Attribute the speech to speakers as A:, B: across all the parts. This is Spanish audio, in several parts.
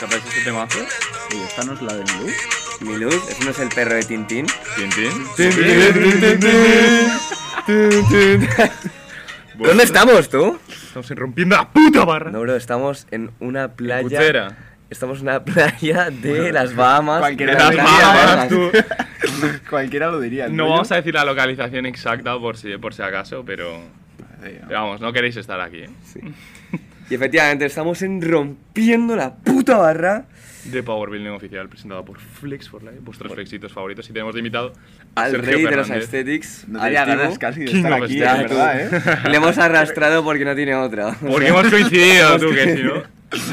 A: Este temazo.
B: Y esta no es la de Milú.
C: Milú, ¿eso no es el perro de Tintín?
A: Tintín.
C: ¿Dónde estamos, tú?
A: Estamos rompiendo la puta barra.
C: No, bro, estamos en una playa.
A: Cuchera.
C: Estamos en una playa de las Bahamas.
B: cualquiera
A: Las
C: Gran
B: Las
A: Bahamas,
B: Bahamas,
A: tú.
B: Cualquiera lo diría.
A: No vamos a decir la localización exacta por si, por si acaso, pero. pero Vamos, no queréis estar aquí. ¿eh?
C: Y efectivamente, estamos en rompiendo la puta barra.
A: De Power Building Oficial, presentado por Flex for Life, vuestros flexitos favoritos. Y tenemos de invitado a
C: Al
A: Sergio
C: rey de los
A: Fernández.
C: aesthetics.
B: No
C: al
B: tenía
C: Tibu.
B: ganas casi de
A: King
B: estar
A: of
B: aquí,
A: Stack.
B: la verdad, ¿eh?
C: Le hemos arrastrado porque no tiene otra.
A: Porque hemos coincidido, tú, que si no.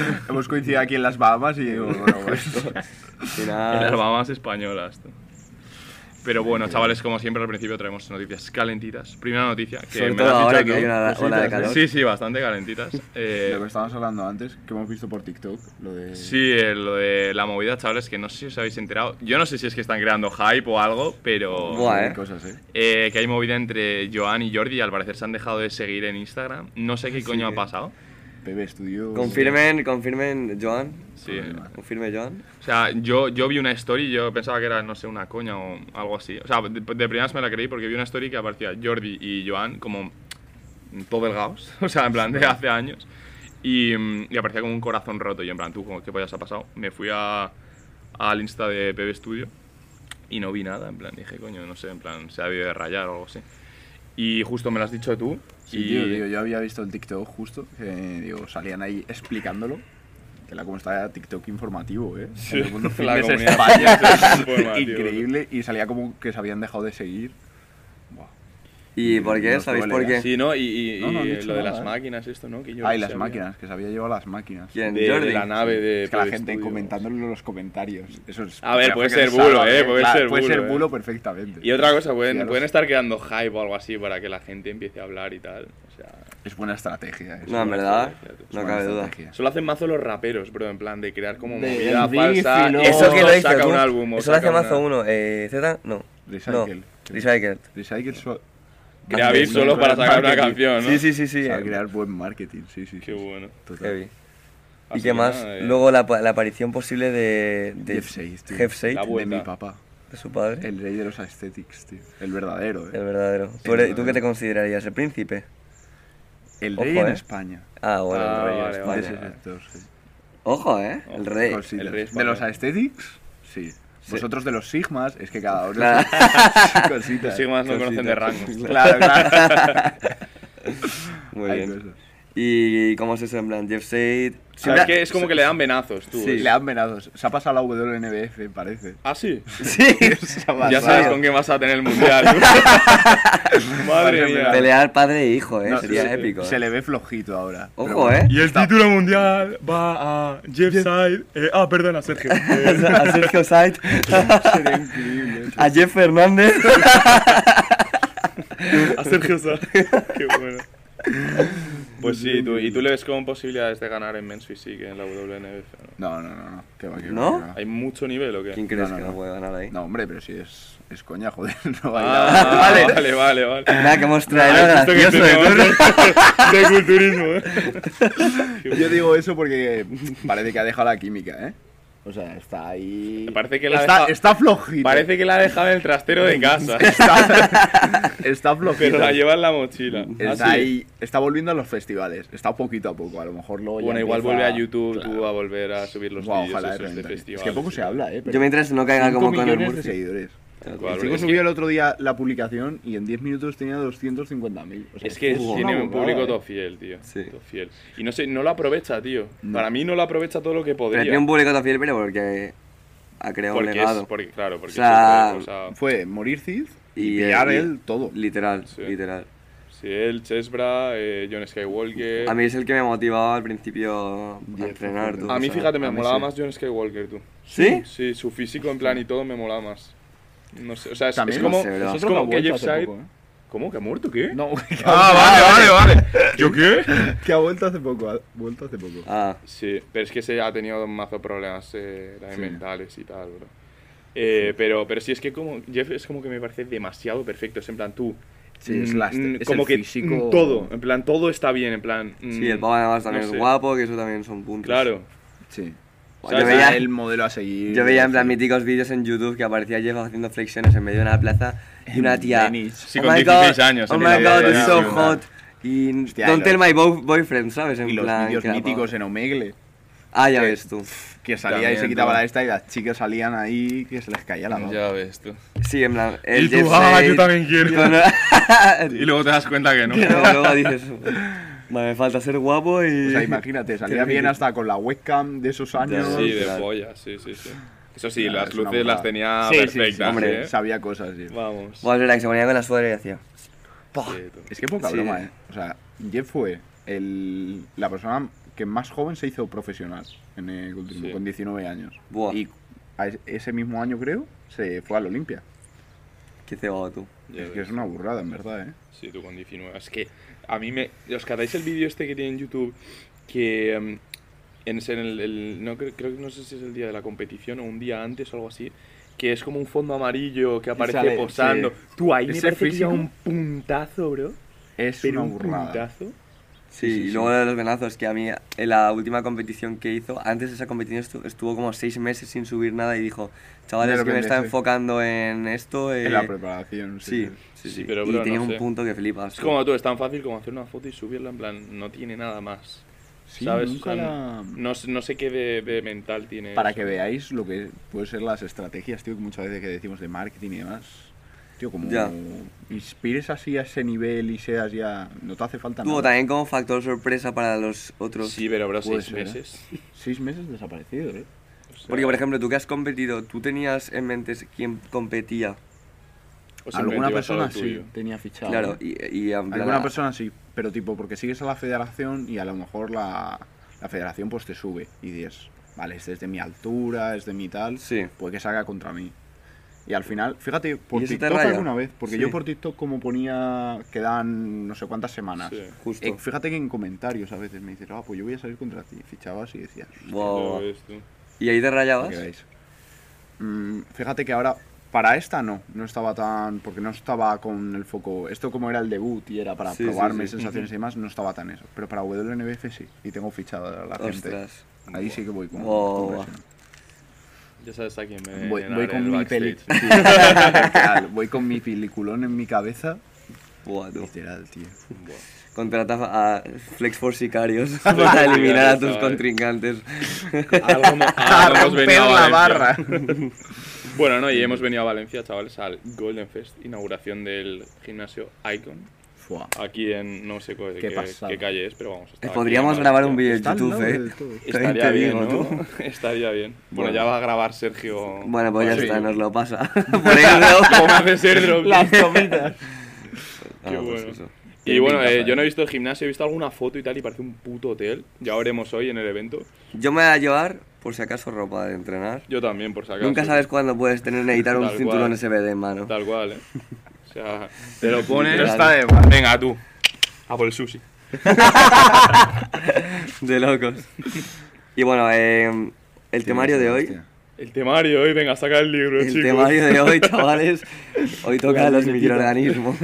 B: Hemos coincidido aquí en las Bahamas y bueno, pues,
C: Y
A: En las
C: nada.
A: Bahamas españolas. tú. Pero bueno, chavales, como siempre, al principio traemos noticias calentitas. Primera noticia que
C: Sobre
A: me la
C: todo
A: has
C: ahora
A: dicho
C: que hay
A: tú.
C: una ola de
B: Cositas,
C: calor. pues
A: Sí, sí, bastante calentitas. Eh,
B: lo que estábamos hablando antes, que hemos visto por TikTok, lo de...
A: sí, eh, lo de la movida, chavales, que no sé si os habéis enterado. Yo no sé si es que están creando hype o algo, pero.
B: lo de
C: Buah, eh.
B: Cosas, ¿eh?
A: eh, que hay movida entre Joan y Jordi. Al parecer se han dejado de seguir en Instagram. No sé qué coño ha
B: eh.
A: pasado.
B: PB Studio...
C: Confirmen, confirmen, Joan.
A: Sí. eh.
C: Confirme, Joan.
A: O sea, yo, yo vi una story, yo pensaba que era, no sé, una coña o algo así. O sea, de, de primeras me la creí porque vi una story que aparecía Jordi y Joan como gaos o sea, en plan de hace años. Y, mm, y aparecía como un corazón roto. Y en plan, tú, ¿cómo- ¿qué pollas ha pasado? Me fui a, al Insta de PB Studio y no vi nada. En plan, dije, coño, no sé, en plan, se ha debido de rayar o algo así. Y justo me lo has dicho tú.
B: Sí,
A: y,
B: tío, tío, yo había visto el TikTok justo, que digo, salían ahí explicándolo. Que la como estaba TikTok informativo, ¿eh? Sí,
A: la comunidad informativo.
B: Increíble, y salía como que se habían dejado de seguir. Buah.
C: ¿Y por qué?
B: Nos
C: ¿Sabéis
B: duele,
C: por qué?
A: Sí, ¿no? Y, y-
B: No, no han
A: y
B: dicho
A: lo de
B: nada,
A: las
B: ¿eh?
A: máquinas, esto, ¿no? Que yo
B: Ah, y
A: no
B: las
A: sabía.
B: máquinas, que se había llevado las máquinas.
C: ¿Quién?
A: De, de
C: Jordi.
A: la nave Ah, de.
B: Es que la
A: Pro
B: gente
A: Studio.
B: comentándolo en los comentarios. Eso es
A: A ver,
B: una
A: puede
B: cosa que
A: ser bulo,
B: salva,
A: eh, puede ser
B: puede
A: bulo,
B: ser
A: eh.
B: bulo perfectamente.
A: Y otra cosa, pueden,
B: Sí, ya lo
A: pueden
B: sé.
A: estar creando hype o algo así para que la gente empiece a hablar y tal. O sea,
B: Es buena estrategia. eso.
C: No, en
A: buena
C: verdad,
A: estrategia,
B: Es
C: no
B: buena
C: cabe duda.
B: estrategia.
A: eso lo hacen mazo los raperos, bro, en plan de crear como
B: De-
A: movida
B: el
A: falsa.
B: bifi, ¿no?
A: y
C: Eso que
A: o
C: lo dices
A: saca
C: tú,
A: un álbum o
C: Eso lo hace
A: saca
C: Mazo
A: una-
C: 1. Eh, Z, no.
B: Recycle.
C: No. Recycle.
B: Recycle so-
A: Crea beats solo para sacar una canción, ¿no?
C: Sí, sí, sí, sí.
B: Para
C: eh,
B: crear buen marketing, sí, sí. sí,
A: Qué
B: sí.
A: bueno.
B: Total.
C: heavy.
A: Así
C: ¿Y
A: que
C: qué más?
A: nada, eh,
C: Luego la, pa- la aparición posible de, de
B: Jeff Seitz, tío.
C: Jeff Seitz,
A: La bu-
B: De
A: vuelta.
B: mi papá.
C: de su padre.
B: El rey de los aesthetics, tío. El verdadero,
C: El
B: eh.
C: verdadero.
B: Sí,
C: ¿Tú, eres-
B: el
C: ¿Tú qué te considerarías? ¿El príncipe?
B: El
C: Ojo,
B: rey en
C: eh.
B: España.
C: Ah, bueno,
A: Ah,
C: el rey
A: vale,
C: de
A: vale,
C: España.
B: Ese sector, sí.
C: Ojo, ¿eh?
A: Ojo.
C: El rey.
B: Considero.
A: el rey
B: De
A: español.
B: los aesthetics, sí. Vosotros de los sigmas, es que cada uno
C: Claro.
B: es cosita.
A: Los sigmas no
B: cosita.
A: conocen de rangos.
B: Claro, claro. pues,
C: Muy
B: Hay
C: bien.
B: cosas.
C: ¿Y cómo es eso? En plan, Jeff Seitz.
A: o sea, es que es como que le dan venazos, tú.
C: Sí.
A: es-
B: Le dan venados. Se ha pasado la WNBF, parece.
C: Eh,
A: Ah, sí.
C: Sí.
B: Se ha
A: Ya
B: pasado.
A: sabes con qué vas a tener el mundial. Madre mía.
C: Pelear padre e hijo, ¿eh?
B: No,
C: Sería
B: se-
C: épico. ¿eh?
B: Se le ve flojito ahora.
C: Ojo,
B: Pero
C: ¿eh?
D: Y el título mundial va a Jeff Side. eh, ah, perdón, a Sergio. Eh,
C: a Sergio Said, eh.
B: Sería increíble.
C: a Jeff Fernández.
A: A Sergio Sá. Qué bueno. Pues sí, tú, y tú le ves como posibilidades de ganar en Men's Physique en la WNBF.
C: Ah.
A: ¿no?
B: No, no, no, no. Que va, que va,
C: ¿No?
B: que va.
A: ¿Hay mucho nivel o
C: ¿Quién
A: qué?
C: crees
B: no,
C: que
B: no.
C: no puede ganar ahí?
B: No, hombre, pero si es, es coña, joder. No va
A: Ah,
B: a ir
A: vale,
B: a-
A: vale, vale. vale.
C: Nada, que hemos traído
A: Ah, esto que
C: gracioso ¿eh?
A: tenemos
C: de turno.
A: de, de culturismo. ¿eh?
B: Yo digo eso porque parece que ha dejado la química, ¿eh? O sea, está ahí.
A: Me parece que la ha
B: está,
A: dejado-
B: está flojito.
A: Parece que la ha dejado en el trastero de casa,
B: Está, está flojito.
A: pero la lleva en la mochila. Ah, sí.
B: Está ahí. Está volviendo a los festivales. Está poquito a poco. A lo mejor luego ya
A: Bueno, igual
B: empieza-
A: vuelve a YouTube
B: Claro.
A: tú a volver a subir los
B: Buah,
A: vídeos
B: ojalá,
A: esos de
B: realmente.
A: festivales.
B: Es que poco se habla, ¿eh? Pero
C: Yo mientras no caiga
B: cinco
C: como con el
B: millones de
C: Murphy.
B: seguidores.
A: Tal cual,
B: El
A: porque
B: chico
A: es
B: subió
A: que-
B: el otro día la publicación y en 10 minutos tenía 250.000. O sea,
A: Es que
B: es una
A: tiene un
B: burrada,
A: público
B: ¿eh?
A: todo fiel, tío.
C: Sí.
A: Todo fiel. Y no sé, no lo aprovecha, tío. Para mí no lo aprovecha todo lo que
C: Pero
A: podría.
C: tiene un público tan fiel, pero porque ha creado un
A: porque es,
C: legado.
A: porque, claro, porque
C: O sea,
A: es otra cosa.
B: Fue morir Cid y,
C: Y, eh,
B: pillar
C: y-
B: él todo.
C: Literal,
A: Sí.
C: literal.
A: Sí, él, Chesbra, eh, John Skywalker.
C: A mí es el que me motivaba al principio a
B: Diez,
C: entrenar. tú,
A: A mí,
C: o sea.
A: fíjate, me
B: a mí
A: molaba
B: sí.
A: más John Skywalker, tú.
C: ¿Sí?
A: Sí, su físico en plan y todo me molaba más. No sé, o sea, es,
B: También
A: es
B: no
A: como,
C: sé, bro.
A: es
B: Nosotros
A: como
B: lo
A: que
B: hemos
A: Jeff
B: vuelto hace
A: Side.
B: poco, ¿eh?
A: ¿cómo? ¿Que ha muerto? ¿Qué?
B: No, que ha,
D: ah, vale, vale, vale. ¿Yo qué?
B: que ha vuelto hace poco, ha vuelto hace poco.
C: Ah,
A: Sí, pero es que se ha tenido mazo problemas eh, también
B: Sí.
A: mentales y tal, bro. Eh, pero, pero sí, es que como Jeff es como que me parece demasiado perfecto. Es en plan, tú.
B: Sí, es
A: mm,
B: la-
A: mm,
B: es
A: como
B: el
A: que
B: físico-
A: mm, todo, en plan, todo está bien, en plan. mm,
C: sí, el pavo además también
A: no
C: es
A: sé.
C: guapo, que eso también son puntos.
A: Claro,
B: Sí.
A: ¿Sabes?
C: Yo veía-
B: el modelo a seguir.
C: Yo veía en plan míticos vídeos en YouTube que aparecía Jeff haciendo flexiones en medio de una plaza y una tía.
B: Venice.
C: "Oh
A: Sí, con
C: my
A: 16
C: God,
A: años,
C: Oh
A: en
C: my
A: plan,
C: god,
A: ya,
C: it's
A: ya,
C: so
A: ya.
C: hot. Y
B: Hostia,
C: don't
B: y
C: tell
B: los-
C: my bo- boyfriend, ¿sabes? En
B: Y los
C: plan.
B: vídeos
C: que la
B: míticos
C: pava-
B: en Omegle.
C: Ah, ya
B: que-
C: ves tú.
B: Que salía y
A: También,
B: se quitaba
A: tío.
B: la esta y las chicas salían ahí que se les caía la mano.
A: Ya ves tú.
C: Sí, en plan.
D: Y tú, ah, yo también quiero.
A: Y luego te das cuenta que no.
C: Y luego dices. "Vale, me falta ser guapo y.
B: O sea, imagínate, salía
C: Qué
B: bien
C: mítico.
B: hasta con la webcam de esos años.
A: Sí, de
C: Claro.
A: polla, sí, sí, sí. Eso sí,
B: Ya,
A: las
B: es una
A: luces las
B: burrada.
A: tenía
B: Sí, sí, sí,
A: perfectas.
C: hombre,
A: ah, ¿eh?
B: Sabía cosas, tío.
A: Vamos.
C: Bueno, era que se ponía con la sudadera y hacía.
A: Sí, tú.
B: Es que poca
C: Sí.
B: broma, eh. O sea, Jeff fue el, la persona que más joven se hizo profesional en el culturismo,
A: Sí.
B: con 19 años.
C: Buah.
B: Y a es- ese mismo año, creo, se fue al Olimpia.
C: Qué cebado tú.
A: Ya
B: es que
A: ves.
B: es una burrada, en verdad, eh.
A: Sí, tú con 19. Es que a mí me. ¿Os catáis el vídeo este que tiene en YouTube? Que. mm, en ese- en el, el- no, creo, creo que no sé si es el día de la competición o un día antes o algo así. Que es como un fondo amarillo que aparece
B: sale,
A: posando.
B: sí.
A: Tú ahí me
B: Ese
A: parece que lleva
B: físico.
A: un puntazo, bro.
B: Es
A: Pero
B: una
A: un
B: burrada.
A: puntazo.
C: Sí,
B: Sí, sí,
C: y
B: sí.
C: luego lo de los venazos, que a mí en la última competición que hizo, antes de esa competición estu- estuvo, como seis meses sin subir nada y dijo, chavales,
B: De
C: que me
B: repente,
C: está
B: sí.
C: enfocando en esto. eh,
B: En la preparación,
C: sí,
B: sí.
C: sí,
A: Sí,
C: sí.
A: pero,
C: y
A: bro,
C: tenía
A: no
C: un
A: sé.
C: punto que flipas.
A: Es como tú, es tan fácil como hacer una foto y subirla. En plan, no tiene nada más.
B: Sí,
A: ¿Sabes?
B: nunca
A: O sea,
B: la-
A: no, s- no sé qué de, de mental tiene.
B: Para
A: eso.
B: que veáis lo que puede ser las estrategias, tío, que muchas veces que decimos de marketing y demás. Tío, como
C: Ya.
B: inspires así a ese nivel y seas ya. No te hace falta
C: Tuvo
B: nada.
C: también como factor sorpresa para los otros.
A: Sí, pero, bro,
B: Puede
A: seis
B: ser, ¿eh?
A: meses.
B: Seis meses desaparecido, eh.
A: O sea,
C: Porque, por ejemplo, tú que has competido, ¿tú tenías en mente quién competía?
A: o siempre
B: Alguna
A: te ibas a lo
B: persona sí
A: tuyo.
B: tenía fichado. ¿eh?
C: Claro, y, y en plan,
B: Alguna
C: a-
B: persona sí, pero tipo, porque sigues a la federación y a lo mejor la, la federación pues te sube y dices, vale, este es de mi altura, es de mi tal,
C: Sí.
B: puede que salga contra mí. Y al final, fíjate, por
C: ¿Y eso te
B: TikTok
C: raya?
B: alguna vez, porque
C: Sí.
B: yo por TikTok como ponía que dan no sé cuántas semanas.
A: Sí.
C: Justo.
B: Eh, fíjate que en comentarios a veces me dicen, ah, pues yo voy a salir contra ti. Fichabas y decías,
C: Wow.
A: Ya ves tú.
C: ¿Y ahí te
B: para
C: rayabas?
B: que veáis. Mm, fíjate que ahora, para esta no, no estaba tan. Porque no estaba con el foco. Esto como era el debut y era para
C: Sí, sí,
B: probarme
C: sí.
B: sensaciones y demás, no estaba tan eso. Pero para WNBF sí, y tengo fichado a la gente.
C: Ostras.
B: Ahí sí que voy con.
C: Buah,
B: con
C: buah.
B: presión.
A: Ya sabes a quién me.
B: voy,
A: en
B: voy
A: el
B: con mi peli.
A: backstage.
B: sí, literal, voy con mi peliculón en mi cabeza.
C: Buah, tú.
B: Literal, tío.
A: Buah.
C: Contrata a Flex for Sicarios para eliminar a tus
A: ¿sabes?
C: contrincantes.
A: Algo no-
B: A
A: algo hemos
B: romper
A: venido a Valencia.
B: la barra.
A: Bueno, no, y hemos venido a Valencia, chavales, al Golden Fest, inauguración del gimnasio Icon.
B: Fuah.
A: Aquí en no sé cuál-
B: Qué
A: qué,
B: pasada.
A: qué calle es, pero vamos. estaba aquí
C: Podríamos
A: en
C: grabar un
A: Valencia.
C: vídeo en
B: Está al
C: YouTube,
B: lado del
C: eh.
B: todo.
A: Estaría
C: Te
A: bien,
C: digo,
A: ¿no? Estaría bien. Bueno,
C: Bueno.
A: ya va a grabar Sergio.
C: Bueno, pues ya
A: Sí.
C: está, nos lo pasa. Por eso.
A: ¿Cómo hace Sergio?
B: tomitas.
C: Ah,
A: Qué
C: pues
A: bueno.
C: eso.
A: Y bueno,
B: Qué
A: eh,
B: pintaza,
A: yo no he
B: eh.
A: visto el gimnasio, he visto alguna foto y tal, y parece un puto hotel. Ya veremos hoy en el evento.
C: Yo me voy a llevar, por si acaso, ropa de entrenar.
A: Yo también, por si acaso.
C: Nunca sabes cuándo puedes tener necesitar un
A: Tal
C: cinturón
A: cual.
C: SBD en mano.
A: Tal cual, ¿eh? O sea, te lo pones.
B: Pero está de más.
A: Venga, tú. A por el sushi.
C: De locos. Y bueno, eh, el temario de hoy.
B: Hostia.
A: El temario hoy, venga, saca el libro,
C: El
A: chicos.
C: temario de hoy, chavales. Hoy toca
A: La
C: los
A: libretita.
C: microorganismos.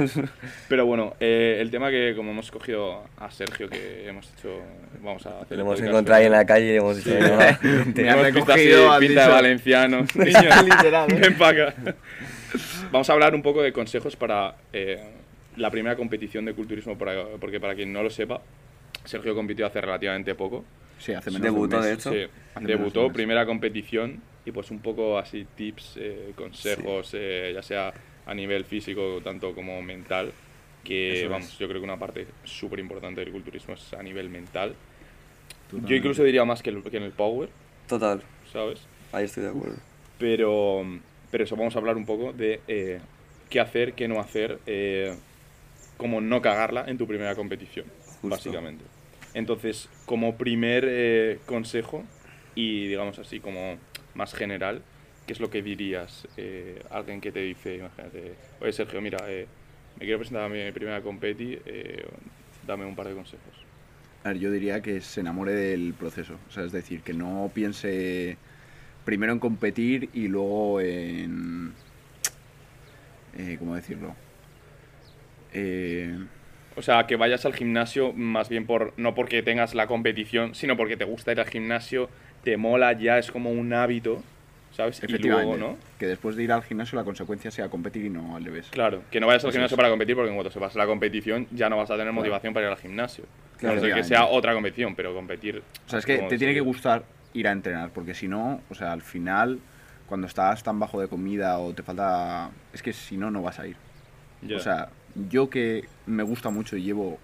A: Pero bueno, eh, el tema que como hemos cogido a Sergio, que hemos hecho, vamos a hacer
C: Lo hemos encontrado ahí en la calle y hemos dicho, "Venga, va".
B: Me
A: Tenemos
B: han
A: pinta, así,
B: recogido, han
A: pinta de
B: dicho-
A: valenciano.
B: Literal, ¿eh?
A: Ven pa' acá. Vamos a hablar un poco de consejos para eh, la primera competición de culturismo, para- porque para quien no lo sepa, Sergio compitió hace relativamente poco.
B: Sí, hace menos
C: Debutó,
B: de un mes.
C: de hecho.
A: Sí,
B: Hace menos de un
A: debutó,
B: mes.
A: primera competición y pues un poco así tips, eh, consejos, eh, ya sea a nivel físico tanto como mental, que
B: Eso es.
A: vamos, yo creo que una parte súper importante del culturismo es a nivel mental.
B: Totalmente.
A: Yo incluso diría más que, el- que en el power,
C: Total,
A: ¿sabes?
C: ahí estoy de acuerdo.
A: Pero, pero eso, vamos a hablar un poco de eh, qué hacer, qué no hacer, eh, cómo no cagarla en tu primera competición,
C: Justo.
A: básicamente. Entonces, como primer eh, consejo y digamos así como más general, ¿qué es lo que dirías eh, a alguien que te dice, imagínate, oye Sergio, mira, eh, me quiero presentar a mi primera competi, eh, dame un par de consejos?
B: A ver, yo diría que se enamore del proceso. O sea, es decir, que no piense primero en competir y luego en. eh, ¿Cómo decirlo? Eh,
A: O sea, que vayas al gimnasio más bien por no porque tengas la competición, sino porque te gusta ir al gimnasio, te mola, ya es como un hábito, ¿sabes? Y luego,
B: Efectivamente.
A: ¿no?
B: Que después de ir al gimnasio la consecuencia sea competir y no al revés.
A: Claro, que no vayas al
B: Eso
A: gimnasio
B: es.
A: para competir, porque en cuanto se pasa la competición ya no vas a tener motivación para ir al gimnasio.
B: Claro,
A: a no ser que
B: efectivamente.
A: sea otra competición, pero competir.
B: O sea, es que
A: como
B: te tiene
A: si-
B: que gustar ir a entrenar, porque si no, o sea, al final, cuando estás tan bajo de comida o te falta... Es que si no, no vas a ir.
A: Ya.
B: O sea, yo que me gusta mucho y llevo,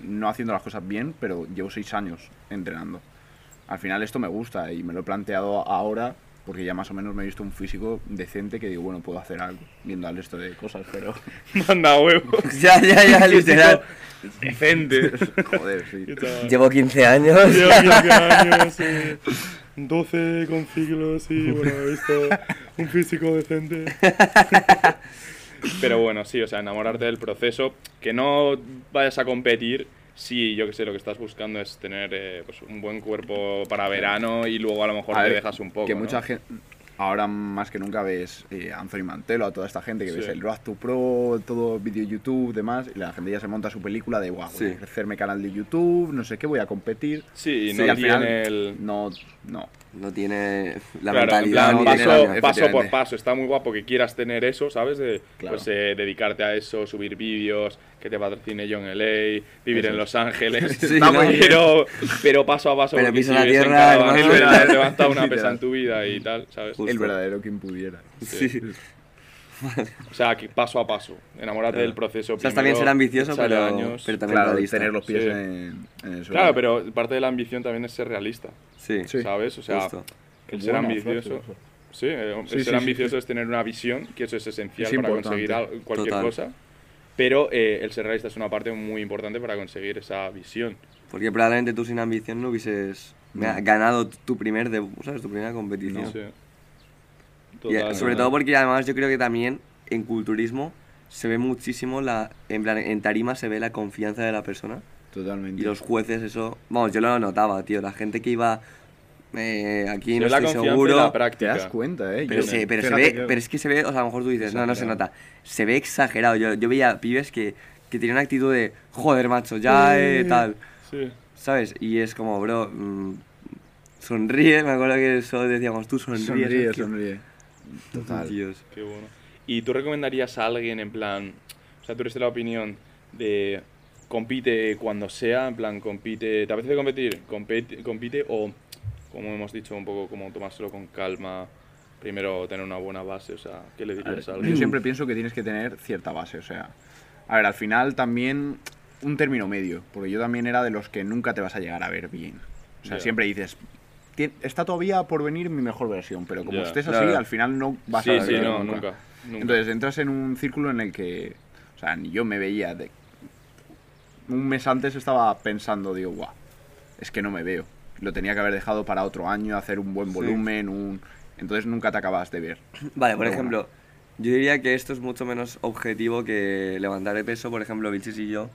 B: no haciendo las cosas bien, pero llevo seis años entrenando. Al final esto me gusta y me lo he planteado ahora porque ya más o menos me he visto un físico decente que digo, bueno, puedo hacer algo viendo al resto de cosas, pero...
A: Manda huevos.
C: Ya, ya, ya, literal.
A: Decente.
B: Joder, sí.
D: ¿Qué tal?
C: Llevo 15 años.
D: Llevo 15 años, eh, 12 con ciclos y bueno, he visto un físico decente.
A: Pero bueno, sí, o sea, enamorarte del proceso, que no vayas a competir si yo que sé, lo que estás buscando es tener eh, pues, un buen cuerpo para verano y luego a lo mejor
B: A
A: te
B: ver,
A: dejas un poco.
B: Que
A: ¿no?
B: mucha gente. Ahora más que nunca ves eh, a Anthony Mantelo, a toda esta gente que
A: Sí.
B: ves el Road to Pro, todo vídeo YouTube, demás, y la gente ya se monta su película de guau, voy
C: Sí.
B: a hacerme canal de YouTube, no sé qué, voy a competir.
A: Sí, y
B: Y
A: no
B: al final,
A: tiene el.
B: No, no.
C: No tiene la
A: Claro, en
C: mentalidad.
A: plan,
C: ni
B: tiene
A: paso,
B: nada,
A: paso por
B: efectivamente.
A: paso. Está muy guapo que quieras tener eso, ¿sabes? De,
B: Claro.
A: pues, eh, dedicarte a eso, subir vídeos, que te patrocine John LA, vivir
B: Eso
A: en
B: es.
A: Los Ángeles.
C: Sí,
B: Está muy
C: claro.
B: bien.
A: pero, pero paso a paso.
C: Pero
A: porque
C: pisa
A: si
C: la
A: ves en
C: tierra,
A: cada
C: hermano.
A: barril,
B: Literal.
A: Levanta una pesa en
B: Literal.
A: tu vida y tal, ¿sabes?
C: Justo.
B: El verdadero quien pudiera.
C: Sí.
A: O sea, que paso a paso. Enamorarte
C: Claro.
A: del proceso.
C: O sea, está bien ser ambicioso,
A: echarle
C: pero-
A: años.
C: pero también
B: Claro, y
C: realista.
B: tener los pies
A: Sí.
B: en, en el suelo.
A: Claro, pero parte de la ambición también es ser realista,
C: Sí.
B: Sí.
A: ¿sabes? O sea,
C: Justo.
A: el ser
B: Bueno,
A: ambicioso.
B: Flor,
A: Sí, eh,
B: Sí,
A: el
B: sí,
A: ser
B: sí,
A: ambicioso es tener una visión, que eso es esencial
B: Es
A: para
B: importante.
A: conseguir al- cualquier
C: Total.
A: cosa. Pero eh, el ser realista es una parte muy importante para conseguir esa visión.
C: Porque probablemente tú sin ambición no hubieses
B: No.
A: Mm.
C: ganado tu primer debut, ¿sabes? Tu primera competición.
A: Sí.
C: Y, eh,
A: Total,
C: sobre
A: ¿no?
C: todo porque además yo creo que también en culturismo se ve muchísimo la. En plan, en tarima se ve la confianza de la persona.
B: Totalmente.
C: Y los jueces, eso. Vamos, yo lo notaba, tío. La gente que iba. eh, aquí
A: Se
C: no
A: ve la
C: estoy
A: confianza y
C: seguro.
A: la
B: Te
A: práctica.
B: das cuenta, ¿eh?
C: Pero,
B: Yo-
C: se, pero, se
B: fíjate
C: ve,
B: que-
C: pero es que se ve, o sea, a lo mejor tú dices, no, no se
B: Exagerado.
C: nota. Se ve exagerado. Yo, yo veía pibes que, que tenían una actitud de, joder, macho, ya, eh, tal.
A: Sí.
C: ¿Sabes? Y es como, bro, mm, sonríe. Me acuerdo que eso decíamos, tú sonríe.
B: Sonríe,
C: ¿sabes? Que-
B: sonríe. Total.
C: Dios.
A: Qué bueno. ¿Y tú recomendarías a alguien en plan, o sea, tú eres de la opinión de compite cuando sea, en plan, compite, ¿te apetece competir? Compete, compite o, como hemos dicho, un poco como tomárselo con calma, primero tener una buena base, o sea, ¿qué le
B: A ver,
A: dirías a
B: Yo
A: alguien?
B: siempre pienso que tienes que tener cierta base, o sea, a ver, al final también un término medio, porque yo también era de los que nunca te vas a llegar a ver bien. O sea,
A: Ya.
B: siempre dices, "Tien- está todavía por venir mi mejor versión, pero como
A: Ya,
B: estés así,
C: claro.
B: al final no vas a
A: Sí,
B: ver
A: sí,
B: bien
A: no, nunca. nunca.
B: Entonces entras en un círculo en el que, o sea, ni yo me veía de... Un mes antes estaba pensando, digo, guau, es que no me veo. Lo tenía que haber dejado para otro año, hacer un buen
C: Sí.
B: volumen, un... Entonces nunca te acabas de ver.
C: Vale, por
B: Pero
C: ejemplo, yo diría que esto es mucho menos objetivo que levantar de peso, por ejemplo, Vilchis y yo.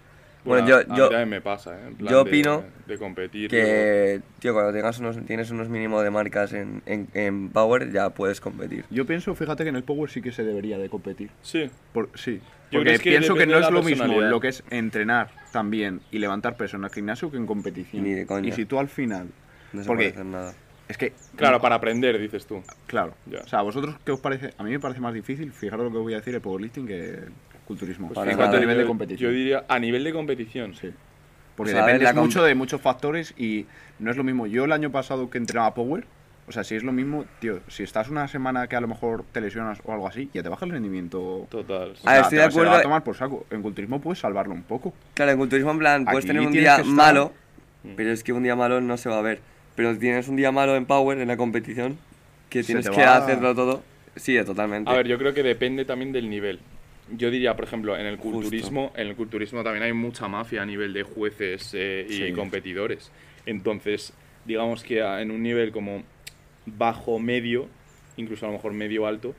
C: Bueno,
A: a- a mí
C: yo, yo,
A: también me pasa, ¿eh? En plan
C: yo
A: de-
C: opino
A: de, competir.
C: que, tío, cuando tengas unos, tienes unos mínimos de marcas en, en, en Power, ya puedes competir.
B: Yo pienso, fíjate que en el Power sí que se debería de competir.
A: Sí,
B: Por- sí.
A: Yo
B: Porque
A: creo que
B: pienso que
A: depende
B: no
A: de la
B: es lo mismo
A: personalidad.
B: lo que es entrenar también y levantar peso en el gimnasio que en competición.
C: Ni de coña.
B: Y si tú al final.
C: No se puede
B: porque
C: hacer nada.
B: es que.
A: claro, para aprender, dices tú.
B: Claro.
A: Ya.
B: O sea, ¿a vosotros qué os parece? A mí me parece más difícil, fijaros lo que voy a decir, el powerlifting que el culturismo.
A: Pues
C: Para
B: en
A: fíjate,
B: cuanto a
C: nada.
B: nivel de
A: yo-
B: competición.
A: Yo diría, a nivel de competición.
B: Sí. Porque
C: O sea, a ver,
B: depende
C: la comp-
B: mucho de muchos factores y no es lo mismo. Yo el año pasado que entrenaba Power, o sea, si es lo mismo, tío, si estás una semana que a lo mejor te lesionas o algo así, ya te baja el rendimiento
A: Total. sí.
C: A ver, estoy de
B: te vas- se la
C: acuerdo.
B: va a tomar por saco. En culturismo puedes salvarlo un poco.
C: Claro, en culturismo, en plan, puedes
B: Aquí
C: tener un
B: tienes
C: día
B: que estar- Mm.
C: malo, pero es que un día malo no se va a ver. Pero tienes un día malo en Power, en la competición, que
B: Se
C: tienes
B: te
C: que
B: va-
C: hacerlo todo. Sí, totalmente.
A: A ver, yo creo que depende también del nivel. Yo diría, por ejemplo, en el culturismo, en el culturismo también hay mucha mafia a nivel de jueces eh, y
B: Sí.
A: competidores. Entonces, digamos que a- en un nivel como bajo medio, incluso a lo mejor medio alto,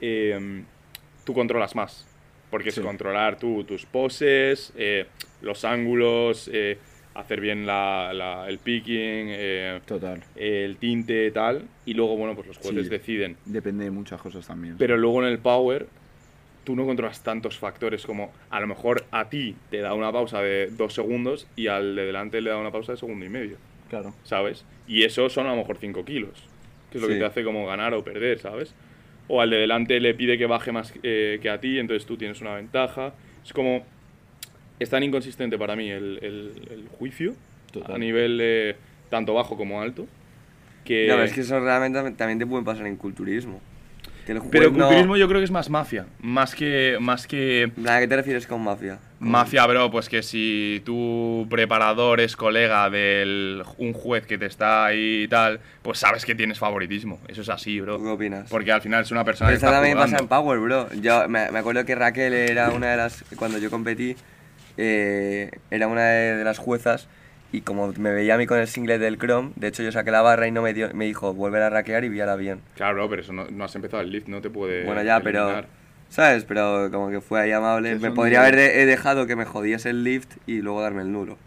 A: eh, tú controlas más. Porque
B: Sí.
A: es controlar tú, tus poses, eh, los ángulos, eh, hacer bien la- la- el picking, eh,
B: Total.
A: el tinte, tal. Y luego, bueno, pues los jueces
B: Sí.
A: deciden.
B: Depende de muchas cosas también.
A: Pero luego en el Power, tú no controlas tantos factores como a lo mejor a ti te da una pausa de dos segundos y al de delante le da una pausa de segundo y medio.
B: Claro.
A: ¿sabes? Y eso son a lo mejor 5 kilos, que es lo que
C: Sí.
A: te hace como ganar o perder, ¿sabes? O al de delante le pide que baje más eh, que a ti, entonces tú tienes una ventaja. Es como. Es tan inconsistente para mí el, el- el juicio
B: Total.
A: a nivel eh, tanto bajo como alto. Que,
C: No, pero es que eso realmente tam- también te puede pasar en culturismo. Que el
A: Pero
C: juez pues no-
A: culturismo yo creo que es más mafia. Más que. Más que
C: En plan, ¿A qué te refieres con mafia?
A: Mafia, bro, pues que si tu preparador es colega de un juez que te está ahí y tal, pues sabes que tienes favoritismo. Eso es así, bro.
C: ¿Tú qué opinas?
A: Porque al final es una persona
C: Pero
A: que
C: eso
A: Ah, está
C: también pasa en
A: jugando.
C: Power, bro. Yo me, me acuerdo que Raquel era una de las. Cuando yo competí, eh, era una de, de las juezas. Y como me veía a mí con el singlet del Chrome, de hecho yo saqué la barra y no me, dio, me dijo volver a raquear y viala bien.
A: Claro, bro, pero eso no, no has empezado el lift, no te puede.
C: bueno, ya, pero.
A: eliminar.
C: ¿Sabes? Pero como que fue ahí amable.
B: Que
C: Me
B: son
C: podría
B: de-
C: haber de- he dejado que me jodiese el lift y luego darme el nulo.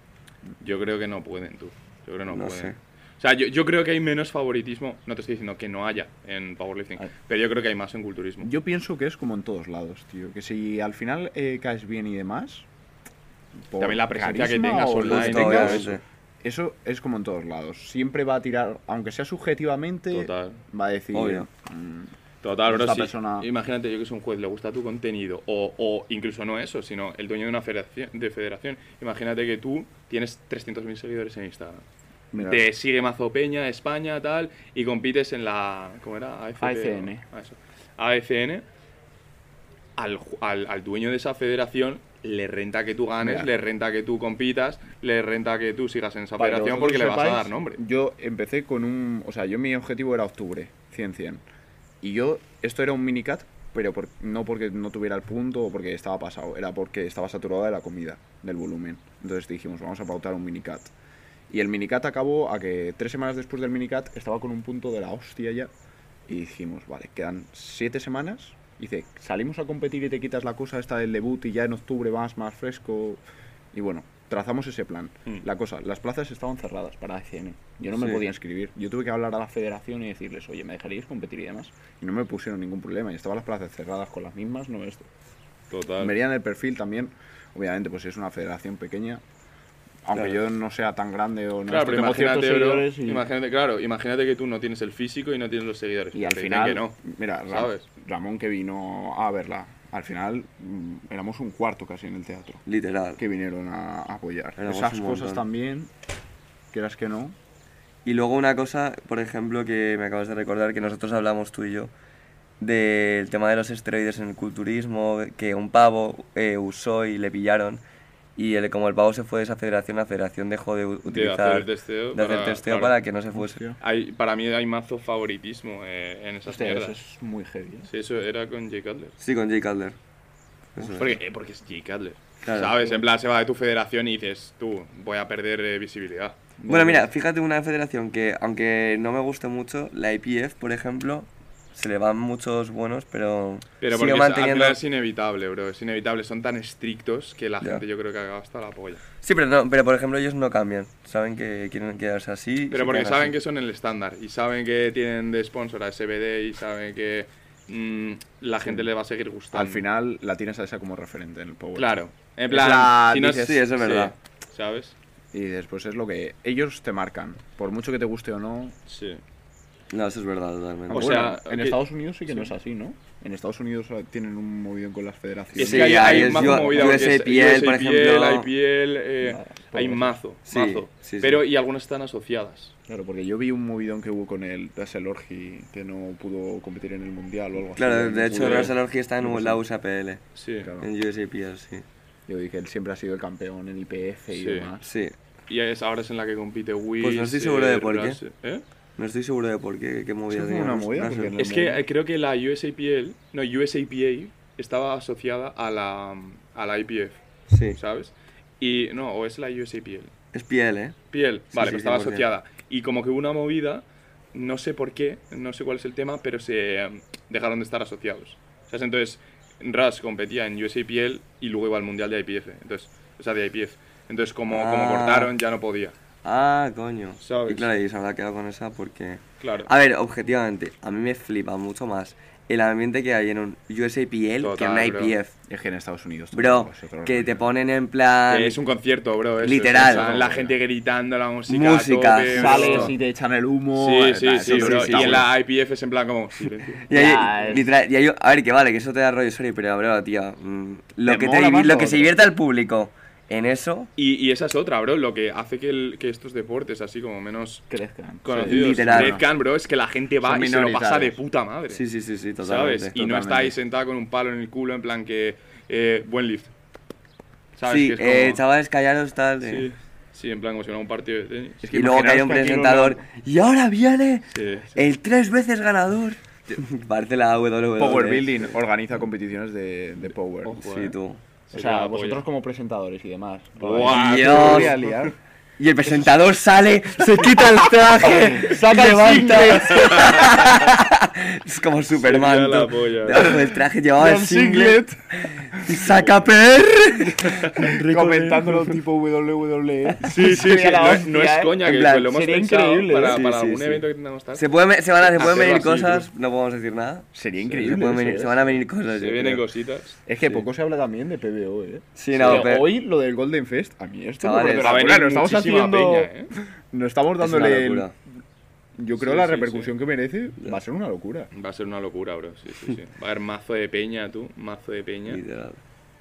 A: Yo creo que no pueden, tú. Yo creo que no,
C: No
A: pueden.
C: sé.
A: O sea, yo, yo creo que hay menos favoritismo. No te estoy diciendo que no haya en powerlifting,
B: Ay.
A: pero yo creo que hay más en culturismo.
B: Yo pienso que es como en todos lados, tío. Que si al final eh, caes bien y demás. por
A: También la presencia que
B: carisma
A: tengas
B: o lo que
A: online y
C: Justo,
A: todo
B: tengas,
A: eso.
C: obviamente.
B: Eso es como en todos lados. Siempre va a tirar, aunque sea subjetivamente,
A: Total.
B: va a decir.
C: Obvio.
B: mm,
A: Total, bro.
B: Esta
A: sí.
B: persona-
A: Imagínate yo que soy un juez, le gusta tu contenido, o, o incluso no eso, sino el dueño de una federación. De federación. Imagínate que tú tienes 300.000 seguidores en Instagram.
B: mira,
A: Te sigue Mazo Peña, España, tal, y compites en la. ¿Cómo era? AFP,
B: AFN.
A: ¿no? Ah, eso. AFN. Al, ju- al- al dueño de esa federación le renta que tú ganes,
B: Mira.
A: le renta que tú compitas, le renta que tú sigas en esa
B: Para que
A: federación porque
B: vosotros
A: le vas a
B: sepáis,
A: dar nombre.
B: Yo empecé con un. O sea, yo mi objetivo era octubre, 100-100. Y yo, esto era un minicat, pero por- no porque no tuviera el punto o porque estaba pasado, era porque estaba saturada de la comida, del volumen. Entonces dijimos, vamos a pautar un minicat. Y el minicat acabó a que tres semanas después del minicat estaba con un punto de la hostia ya. Y dijimos, vale, quedan siete semanas. Dice, salimos a competir y te quitas la cosa esta del debut y ya en octubre vas más fresco. Y bueno, trazamos ese plan.
A: Mm.
B: La cosa, las plazas estaban cerradas para ACN. Yo no me
C: Sí.
B: podía inscribir. Yo tuve que hablar a la federación y decirles, oye, ¿me dejaríais competir y demás? Y no me pusieron ningún problema. Y estaban las plazas cerradas con las mismas, no esto.
A: Total.
B: Verían el perfil también. Obviamente, pues es una federación pequeña. Aunque
C: Claro.
B: yo no sea tan grande o no
A: Claro,
B: esté-
A: pero
B: tengo ciertos
A: imagínate, bro,
B: seguidores y-
A: imagínate, claro, imagínate que tú no tienes el físico y no tienes los seguidores.
B: Y al
A: Te dicen
B: final,
A: que no.
B: mira, Ra-
A: ¿sabes?
B: Ramón que vino a verla, al final mm, éramos un cuarto casi en el teatro
C: Literal.
B: que vinieron a apoyar.
C: Éramos
B: Esas
C: un
B: cosas
C: montón.
B: también, quieras que no,
C: Y luego una cosa, por ejemplo, que me acabas de recordar, que nosotros hablamos tú y yo, del tema de los esteroides en el culturismo, que un pavo eh, usó y le pillaron, y el, como el pavo se fue de esa federación, la federación dejó de u-
A: De
C: utilizar,
A: hacer el testeo.
C: de hacer
A: para-
C: testeo
A: claro.
C: para que no se fuese.
B: hostia,
A: Hay- para mí hay mazo favoritismo eh, en esas
B: hostia,
A: mierdas.
B: eso es muy heavy. ¿eh?
A: Sí, eso era con Jay Cutler.
C: Sí, con Jay Cutler. Eso es.
A: Porque, eh, porque es Jay Cutler.
C: Claro.
A: ¿Sabes? En plan, se va de tu federación y dices, tú, voy a perder eh, visibilidad.
C: Bueno, mira, fíjate una federación que, aunque no me guste mucho, la IPF, por ejemplo, se le van muchos buenos, pero,
A: Pero porque es-
C: sigue
A: al
C: manteniendo...
A: final es inevitable, bro. Es inevitable. Son tan estrictos que la
C: Ya.
A: gente yo creo que acaba hasta la polla.
C: Sí, pero, no, pero por ejemplo ellos no cambian, saben que quieren quedarse así. y se
A: Pero porque
C: quedan
A: saben
C: así.
A: que son el estándar y saben que tienen de sponsor a SBD y saben que mm, la gente le va a seguir gustando.
B: Al final la tienes a esa como referente en el Power.
A: Claro. En
B: Es
A: plan,
B: la-
A: si no
B: dices,
C: sí, eso es verdad.
A: ¿Sabes?
B: Y después es lo que ellos te marcan, por mucho que te guste o no.
A: Sí.
C: No, eso es verdad, totalmente.
A: O
B: Ah, Bueno,
A: sea,
B: en
A: que-
B: Estados Unidos sí que no
A: sí.
B: es así, ¿no? En Estados Unidos eh, tienen un movido con las
A: Sí,
B: federaciones.
C: Sí,
A: hay, hay
C: ahí es
A: más
C: yo-
A: movida porque es
C: USAPL, por
A: USAPL,
C: ejemplo. pues
A: IPL, eh,
B: Nada,
A: hay
B: pobre.
A: mazo,
C: Sí,
A: mazo.
C: sí, sí.
A: Pero y algunas están asociadas.
B: Claro, porque yo vi un movidón que hubo con el Russell Orgi que no pudo competir en el mundial o algo
C: claro,
B: así.
C: de hecho,
A: Sí.
C: Russell Orgy está en la USAPL,
A: Sí.
B: Claro.
C: en USAPL, sí.
B: Yo vi que él siempre ha sido el campeón en IPF y
A: Sí.
B: demás.
C: Sí,
A: Y es, ahora es en la que compite Will.
C: Pues no estoy seguro de por qué.
A: ¿Eh?
C: no estoy seguro de por qué, qué movida
B: fue
C: tenía
B: una
C: Rus-
B: movida,
C: Russell.
B: porque en el-
A: Es que eh, creo que la USAPL, no, USAPA estaba asociada a la, a la IPF,
C: Sí,
A: ¿sabes? Y no, o es la USAPL.
C: es piel, ¿eh?
A: Piel,
C: Sí,
A: vale,
C: sí,
A: pues estaba
C: 100%.
A: asociada. Y como que hubo una movida, no sé por qué, no sé cuál es el tema, pero se em, dejaron de estar asociados. O sea, entonces Ras competía en USAPL y luego iba al mundial de IPF. Entonces, o sea, de IPF. Entonces, como, como
C: Ah.
A: cortaron, ya no podía.
C: Ah, coño.
A: ¿Sabes?
C: Y claro, y se habrá quedado con esa porque...
A: Claro.
C: A ver, objetivamente, a mí me flipa mucho más el ambiente que hay en un USAPL que en un
A: Total, bro.
C: IPF.
B: Es que en Estados Unidos.
C: Bro,
B: tampoco es otro
C: que te
B: rollo.
C: ponen en plan...
A: es un concierto, bro. eso,
C: Literal.
A: o sea, la gente gritando, la música.
C: Música,
A: a tope, bro.
B: Sales y te echan el humo. eh,
A: Sí, sí,
B: tal,
A: sí,
B: eso
A: bro.
B: sí,
A: y en
B: sí.
A: la IPF es en plan como silencio.
C: Y hay-
B: Ya, es-
C: literal, y hay- a ver, que vale, que eso te da rollo serio, pero bro, tío, mm, lo,
B: Te
C: que, te
B: mola
C: divi-
B: más
C: lo
B: lo
C: que se
B: otro.
C: divierte al público en eso,
A: Y, y esa es otra, bro. Lo que hace que, el- que estos deportes así como menos
B: Crezcan.
A: conocidos
C: literal.
A: crezcan, bro, es que la gente va
B: Son
A: y se lo pasa de
B: minoritarios.
A: puta madre.
C: sí, sí, sí, sí, totalmente.
A: ¿Sabes? Y no
B: totalmente.
A: está ahí sentada con un palo en el culo en plan que... eh, buen lift. ¿Sabes?
C: Sí,
A: Que es
C: eh,
A: como-
C: chavales, callaros, tal. eh.
A: Sí, sí, en plan como si fuera un partido de tenis.
B: Es que
C: y luego que hay un
D: imaginaos que aquí no
C: presentador. Y ahora viene
A: Sí, sí.
C: el tres veces ganador. Parte la E. WWE.
B: Power Building organiza competiciones de, de Power.
A: Ojo,
C: Sí, tú.
A: Se
E: O
A: queda
E: sea,
A: la
E: vosotros
A: polla.
E: como presentadores y demás.
A: Buah,
C: Dios.
B: Podría liar.
C: Y el presentador sale, se quita el traje, saca es como Superman.
A: la
C: tú.
A: polla.
C: Debajo del traje llevaba el singlet. Y saca per.
D: Rico,
B: Comentándolo tipo
C: E.
B: WWE.
D: Sí, sí,
E: Sería
D: sí.
E: la
A: No, es-
E: hostia,
A: no es
E: ¿eh?
A: coña,
C: En
A: que
C: plan,
A: pues lo hemos
E: sería
A: pensado
E: increíble, eh.
A: para,
C: sí,
A: para
C: sí,
A: algún
C: sí.
A: evento que tengamos tal.
C: Se, pueden ve- se van a, se pueden
A: Hacerlo
C: venir
A: así,
C: cosas, no podemos decir nada.
B: Sería
C: Se,
B: increíble.
C: pueden
B: eso,
C: venir-
B: ¿eh?
C: se van a venir cosas.
A: Se
C: yo
A: vienen
C: creo.
A: cositas.
B: Es que poco se habla también de PBO, eh.
C: Sí, no,
B: Pero
C: pero-
B: hoy lo del Golden Fest, a mí esto
C: Chavales,
B: me
A: Va a
B: parece
A: venir
B: una locura, nos estamos
A: muchísima
B: haciendo
A: peña, ¿eh?
B: nos estamos
C: Es una
B: dándole el-
C: locura.
B: yo creo
A: Sí,
B: la
A: sí,
B: repercusión que merece va a ser una locura.
A: Va a ser una locura, bro. Sí, sí, sí. Va a haber mazo de peña, tú. Mazo de peña.
C: Literal.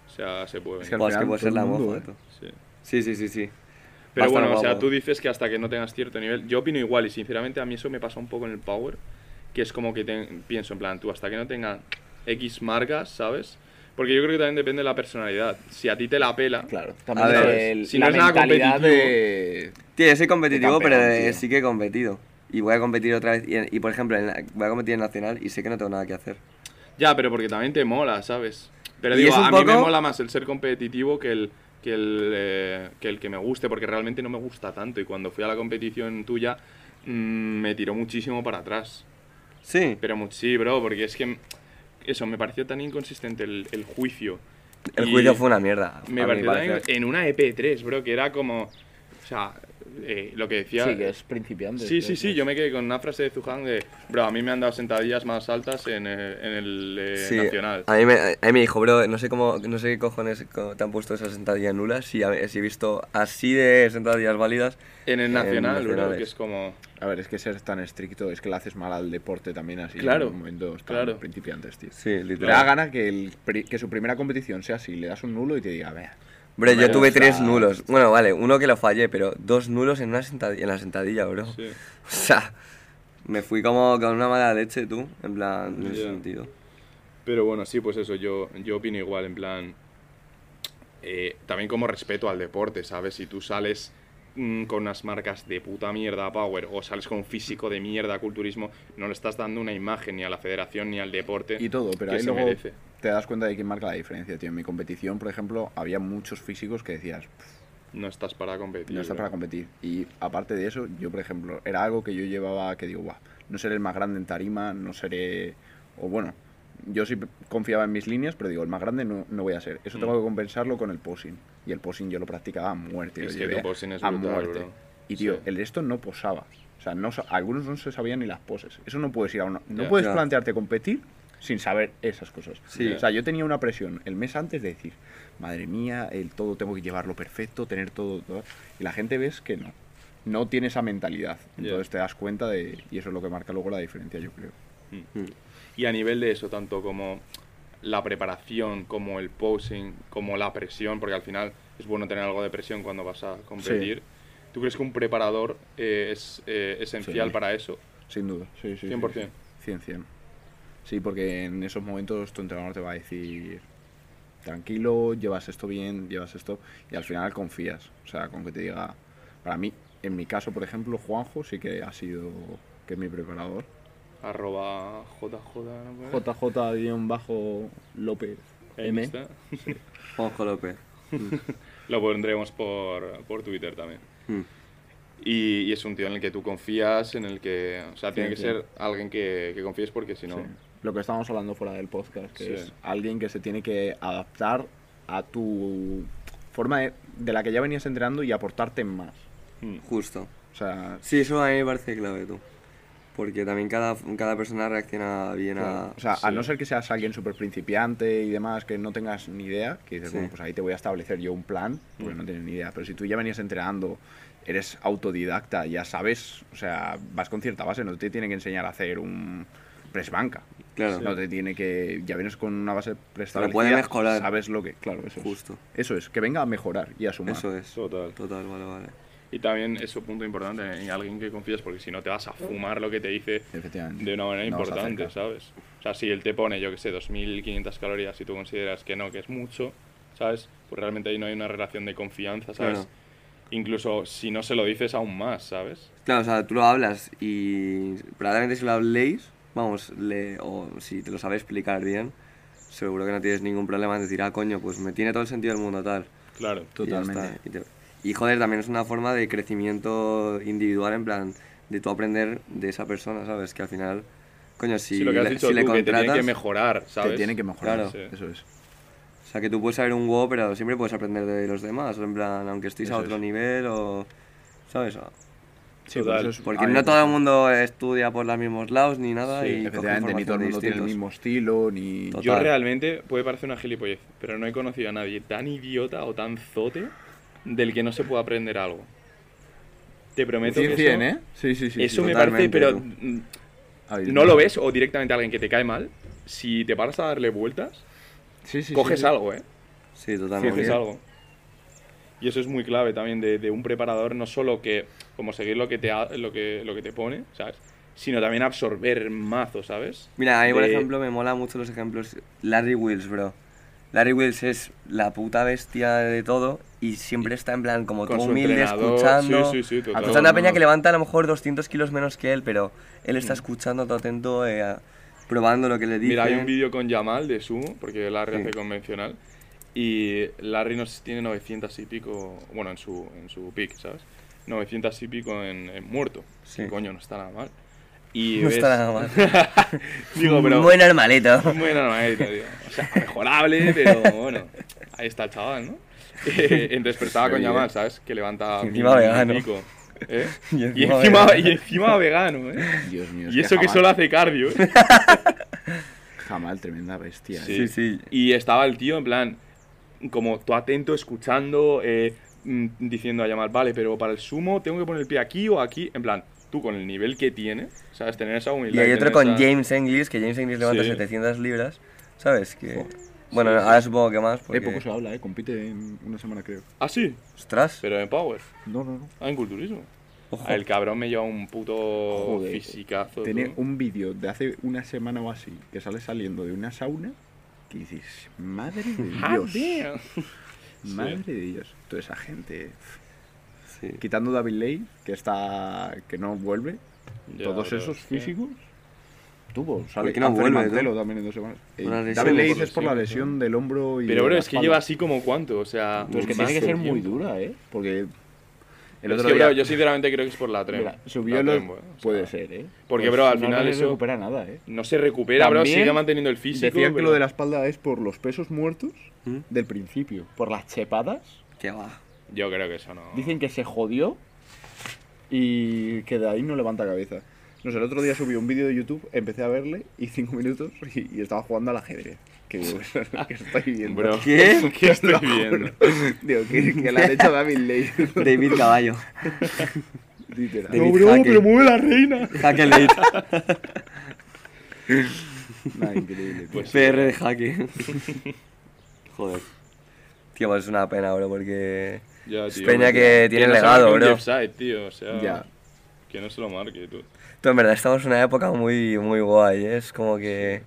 A: O sea, se puede.
B: Es que al
A: venir.
C: Buah, es que
B: final
C: puede ser
B: todo
C: la
B: el mundo,
C: mofa.
B: ¿eh?
C: tú.
A: Sí.
C: Sí, sí, sí, sí. Va a
A: Pero
C: estar
A: bueno, o sea,
C: guapo.
A: tú dices que hasta que no tengas cierto nivel. Yo opino igual y sinceramente a mí eso me pasa un poco en el Power. Que es como que ten- pienso, en plan, tú hasta que no tenga X marcas, ¿sabes? Porque yo creo que también depende de la personalidad. Si a ti te la pela.
B: Claro, también
C: A ver,
B: el-
A: si
B: la
A: no es nada
B: mentalidad
A: competitivo-
B: de
C: Tío, yo soy competitivo,
B: De campeón,
C: pero eh,
B: tío.
C: sí que he competido. Y voy a competir otra vez. Y, en- y, por ejemplo, en la- voy a competir en Nacional y sé que no tengo nada que hacer.
A: Ya, pero porque también te mola, ¿sabes? Pero
C: Y
A: digo,
C: es un
A: a mí me
C: poco-
A: mola más el ser competitivo que el que el, eh, que el que me guste, porque realmente no me gusta tanto. Y cuando fui a la competición tuya, mm, me tiró muchísimo para atrás.
C: Sí.
A: Pero mu- sí, bro, porque es que mm, eso, me pareció tan inconsistente el, el juicio.
C: El
A: Y
C: juicio fue una mierda.
A: Me
C: a mi
A: pareció tan-
C: parecer.
A: en una EP3, bro, que era como. O sea, eh, lo que decía.
E: Sí, que es principiante.
A: Sí, sí, sí, yo me quedé con una frase de Zuhan de, bro, a mí me han dado sentadillas más altas en, eh, en el eh,
C: Sí,
A: nacional.
C: A mí, me, a mí me dijo, bro, no sé cómo, no sé qué cojones co- te han puesto esas sentadillas nulas, si, a- si he visto así de sentadillas válidas.
A: En el
C: en
A: nacional, bro,
C: nacionales.
A: que es como...
B: A ver, es que ser tan estricto es que le haces mal al deporte también así
A: Claro,
B: en momentos tan
A: claro.
B: principiantes, tío.
C: Sí,
B: Le da
C: literal.
B: gana que, el pri- que su primera competición sea así, le das un nulo y te diga, vea.
C: Bro, yo
A: O
C: tuve
B: sea-
C: tres nulos. Bueno, vale, uno que lo fallé, pero dos nulos en, una sentadilla, en la sentadilla, bro.
A: sí.
C: O sea, me fui como con una mala leche, tú, en plan, en ese
A: Ya.
C: sentido.
A: Pero bueno, sí, pues eso, yo, yo opino igual, en plan... eh, también como respeto al deporte, ¿sabes? Si tú sales mm, con unas marcas de puta mierda, Power, o sales con un físico de mierda, culturismo, no le estás dando una imagen ni a la federación ni al deporte.
B: Y todo, pero
A: que
B: ahí
A: se
B: luego
A: merece.
B: te das cuenta de quién marca la diferencia, tío. En mi competición, por ejemplo, había muchos físicos que decías, "Pff,
A: No estás para competir.
B: no está
A: bro.
B: para competir. Y aparte de eso, yo, por ejemplo, era algo que yo llevaba que digo, guau, no seré el más grande en tarima, no seré. O bueno, yo sí confiaba en mis líneas, pero digo, el más grande no, no voy a ser. Eso
A: Mm.
B: tengo que compensarlo con el posing. Y el posing yo lo practicaba a muerte.
A: Es
B: lo
A: que tu
B: llevé
A: posing es
B: a
A: brutal,
B: muerte.
A: bro.
B: Y tío,
A: Sí.
B: el esto no posaba. O sea, no, sa- algunos no se sabían ni las poses. Eso no puedes ir a una- No
A: Ya.
B: puedes
C: Ya.
B: plantearte competir sin saber esas cosas.
C: Sí.
B: O sea, yo tenía una presión el mes antes de decir, madre mía, el todo tengo que llevarlo perfecto, tener todo. todo". Y la gente ves que no. No tiene esa mentalidad. Entonces te das cuenta de. Y eso es lo que marca luego la diferencia, yo creo.
A: Y a nivel de eso, tanto como la preparación, como el posing, como la presión, porque al final es bueno tener algo de presión cuando vas a competir. ¿Tú crees que un preparador eh, es eh, esencial
B: Sí.
A: para eso?
B: Sin duda. Sí, sí.
A: 100%.
B: 100, 100. Sí, porque en esos momentos tu entrenador te va a decir, tranquilo, llevas esto bien, llevas esto, y al final confías. O sea, con que te diga, para mí, en mi caso, por ejemplo, Juanjo sí que ha sido, que es mi preparador.
A: Arroba JJ. ¿no?
B: JJ-López
A: En
E: M.
A: Insta.
C: Juanjo López.
A: Lo pondremos por, por Twitter también.
C: Mm.
A: Y, y es un tío en el que tú confías, en el que... O sea, tiene que
B: 100%.
A: ser alguien que, que confíes porque si no...
B: Lo que estábamos hablando fuera del podcast, que
A: Sí.
B: es alguien que se tiene que adaptar a tu forma de, de la que ya venías entrenando y aportarte más.
A: Mm.
C: Justo.
B: O sea,
C: Sí, eso a mí me parece clave, tú. Porque también cada, cada persona reacciona bien a...
B: O sea, a
F: sí.
B: no ser que seas alguien súper principiante y demás, que no tengas ni idea, que dices,
C: Sí. Mm.
B: bueno, pues ahí te voy a establecer yo un plan, porque no tienes ni idea. Pero si tú ya venías entrenando, eres autodidacta, ya sabes, o sea, vas con cierta base, no te tiene que enseñar a hacer un press banca.
C: Claro.
B: No te tiene que. Ya vienes con una base preestablecida.
C: puede mejorar.
B: Sabes lo que. Claro, eso
C: Justo.
B: es. Eso es, que venga a mejorar y a sumar.
C: Eso es.
F: Total.
C: Total, vale, vale.
A: Y también es un punto importante en alguien que confías, porque si no te vas a fumar lo que te dice
B: Efectivamente.
A: de una manera
B: No vas a hacer
A: importante,
B: caso.
A: ¿sabes? O sea, si él te pone, yo que sé, 2.500 calorías y tú consideras que no, que es mucho, ¿sabes? Pues realmente ahí no hay una relación de confianza, ¿sabes?
C: Claro.
A: Incluso si no se lo dices aún más, ¿sabes?
C: Claro, o sea, tú lo hablas y probablemente si lo habléis, vamos, le, o si te lo sabes explicar bien, seguro que no tienes ningún problema en decir, ah, coño, pues me tiene todo el sentido del mundo tal.
A: Claro.
C: Y ya está.
B: Totalmente.
C: Y, te- y, joder, también es una forma de crecimiento individual, en plan, de tú aprender de esa persona, ¿sabes? Que al final, coño, si,
A: Si lo que has
C: le,
A: dicho
C: si le
A: tú, que te tiene
C: contratas,
A: que mejorar, ¿sabes?
B: Te tiene que mejorar.
C: Claro.
A: Sí.
B: Eso es.
C: o sea, que tú puedes saber un huevo, pero siempre puedes aprender de los demás, en plan, aunque estéis a
B: Eso
C: otro
B: es.
C: nivel o, ¿sabes? O-
B: Sí, por
A: Total.
B: eso es-
C: Porque
B: a mí
C: no
B: me
C: todo el
B: parece-
C: mundo estudia por los mismos lados ni nada
A: Sí,
C: y coge
B: Efectivamente, ni
C: información
B: todo el
C: de
B: mundo tiene el
C: distintos.
B: mismo estilo, ni.
C: Total.
A: Yo realmente, puede parecer una gilipollez, pero no he conocido a nadie tan idiota o tan zote del que no se pueda aprender algo. Te prometo que
B: 100,
A: eso,
B: 100, ¿eh? Sí, sí, sí.
A: eso
B: sí.
A: me parece,
C: Totalmente,
A: pero
C: tú.
A: mm,
B: Habilidad.
A: no lo ves o directamente a alguien que te cae mal, si te paras a darle vueltas,
B: Sí, sí, sí,
A: coges
B: sí.
A: algo, ¿eh?
C: Sí,
A: Coges
C: totalmente.
B: bien.
A: algo. Y eso es muy clave también de, de un preparador, no solo que como seguir lo que te, ha- lo que, lo que te pone, ¿sabes? Sino también absorber mazo, ¿sabes?
C: Mira, a mí por
A: De-
C: ejemplo me mola mucho los ejemplos Larry Wills, bro. Larry Wills es la puta bestia de todo y siempre está en plan como
A: Con
C: todo
A: su
C: humilde,
A: entrenador.
C: escuchando.
A: Sí, sí, sí, total.
C: Escuchando a
B: No,
C: Peña
B: no.
C: que levanta a lo mejor 200 kilos menos que él, pero él está escuchando, todo atento, eh, a- probando lo que le dicen.
A: Mm. Mira, hay un vídeo con Yamal de Sumo, porque Larry
C: Sí.
A: hace convencional. Y Larry nos tiene 900 y pico, bueno, en su, en su pick, ¿sabes? 900 y pico en, en muerto.
C: Sí.
A: Que coño, no está nada mal. Y
C: No
A: ves-
C: está nada mal.
A: Digo, pero.
C: Muy normalito.
A: Muy normalito, tío. O sea, mejorable, pero bueno. Ahí está el chaval, ¿no? Eh, Entonces, pero estaba con Yamal, ¿sabes? Que levanta.
C: Y encima
A: mil
C: vegano.
A: y pico, ¿eh?
C: Y
A: Y
C: encima
A: encima,
C: vegano.
A: y encima vegano, ¿eh?
B: Dios mío. es
A: Y eso que
B: Jamal-
A: solo hace cardio, ¿eh?
B: Jamal, tremenda bestia.
C: Sí,
B: ¿eh?
C: sí.
A: Y estaba el tío en plan, como todo atento, escuchando, eh, mm, diciendo a llamar, vale, pero para el sumo tengo que poner el pie aquí o aquí. En plan, tú con el nivel que tiene, ¿sabes? Tener esa
C: Y
A: humildad.
C: hay otro
A: tener
C: con
A: esa-
C: James English, que James English levanta
A: Sí.
C: 700 libras, ¿sabes? Que... Bueno, ahora supongo que más, porque...
B: Eh, poco se habla, ¿eh? Compite en una semana, creo.
A: Ah, sí,
C: Ostras,
A: pero en Power,
B: No, no, no.
A: ah, en culturismo.
C: Ojo.
A: Ah, El cabrón me lleva un puto
B: Joder.
A: fisicazo.
B: Tiene
A: Pues tú.
B: un vídeo de hace una semana o así que sale saliendo de una sauna que dices, madre de
A: Ah,
B: Dios.
A: damn.
B: Madre de Dios. Toda esa gente.
C: sí.
B: Quitando David Ley, que está. que no vuelve.
A: Ya,
B: todos
A: bro,
B: esos
A: es que-
B: físicos. Tuvo, sale.
C: qué no
B: Anthony
C: vuelve,
B: Mantelo
C: tú?
B: también en dos semanas. Eh,
C: Una lesión.
B: David Ley
A: Por
B: es por la lesión del hombro y.
A: Pero,
B: de
A: bro,
B: la
A: es que
B: espalda.
A: lleva así como cuánto, o sea.
G: Pues que
A: más
G: tiene que ser muy
A: tiempo.
G: dura, ¿eh?
B: Porque. El
A: Pero es
B: otro
A: que,
B: día.
A: bro, yo sinceramente creo que es por la trem.
B: Mira, subió
A: la
B: los-
A: trembo, eh, o sea.
B: Puede ser, ¿eh?
A: Porque,
G: Pues
A: bro, al
G: no
A: final
G: le
A: eso.
G: recupera nada, ¿eh?
A: No se recupera, bro.
G: También
A: Sigue manteniendo el físico.
B: Decían que
A: pero-
B: lo de la espalda es por los pesos muertos
C: ¿Mm?
B: del principio.
G: Por las chepadas.
C: Que va.
A: Yo creo que eso no.
G: Dicen que se jodió.
B: Y que de ahí no levanta cabeza. No sé, el otro día subí un vídeo de YouTube, empecé a verle y cinco minutos y, y estaba jugando al ajedrez. Que digo, eso es lo que estoy viendo.
A: Bro,
C: ¿Qué?
A: ¿Qué estoy
B: Lo juro.
A: viendo?
B: Digo, que, que le han hecho a David Ley.
C: David Caballo.
B: Literal.
C: David
D: No, bro,
C: Hackett.
D: pero mueve la reina.
C: Hacker Late.
B: Nada, increíble. tío.
A: Pues
C: PR de Hacker. Joder. Tío, pues es una pena, bro, porque...
A: Ya,
C: Es
A: tío,
C: peña
A: bro.
C: que tiene
A: no se
C: legado,
A: marque un
C: bro.
A: offside, tío, o sea,
B: Ya.
A: Que no se lo marque, tú.
C: Tú, en verdad, estamos en una época muy, muy guay, ¿eh? Es como que...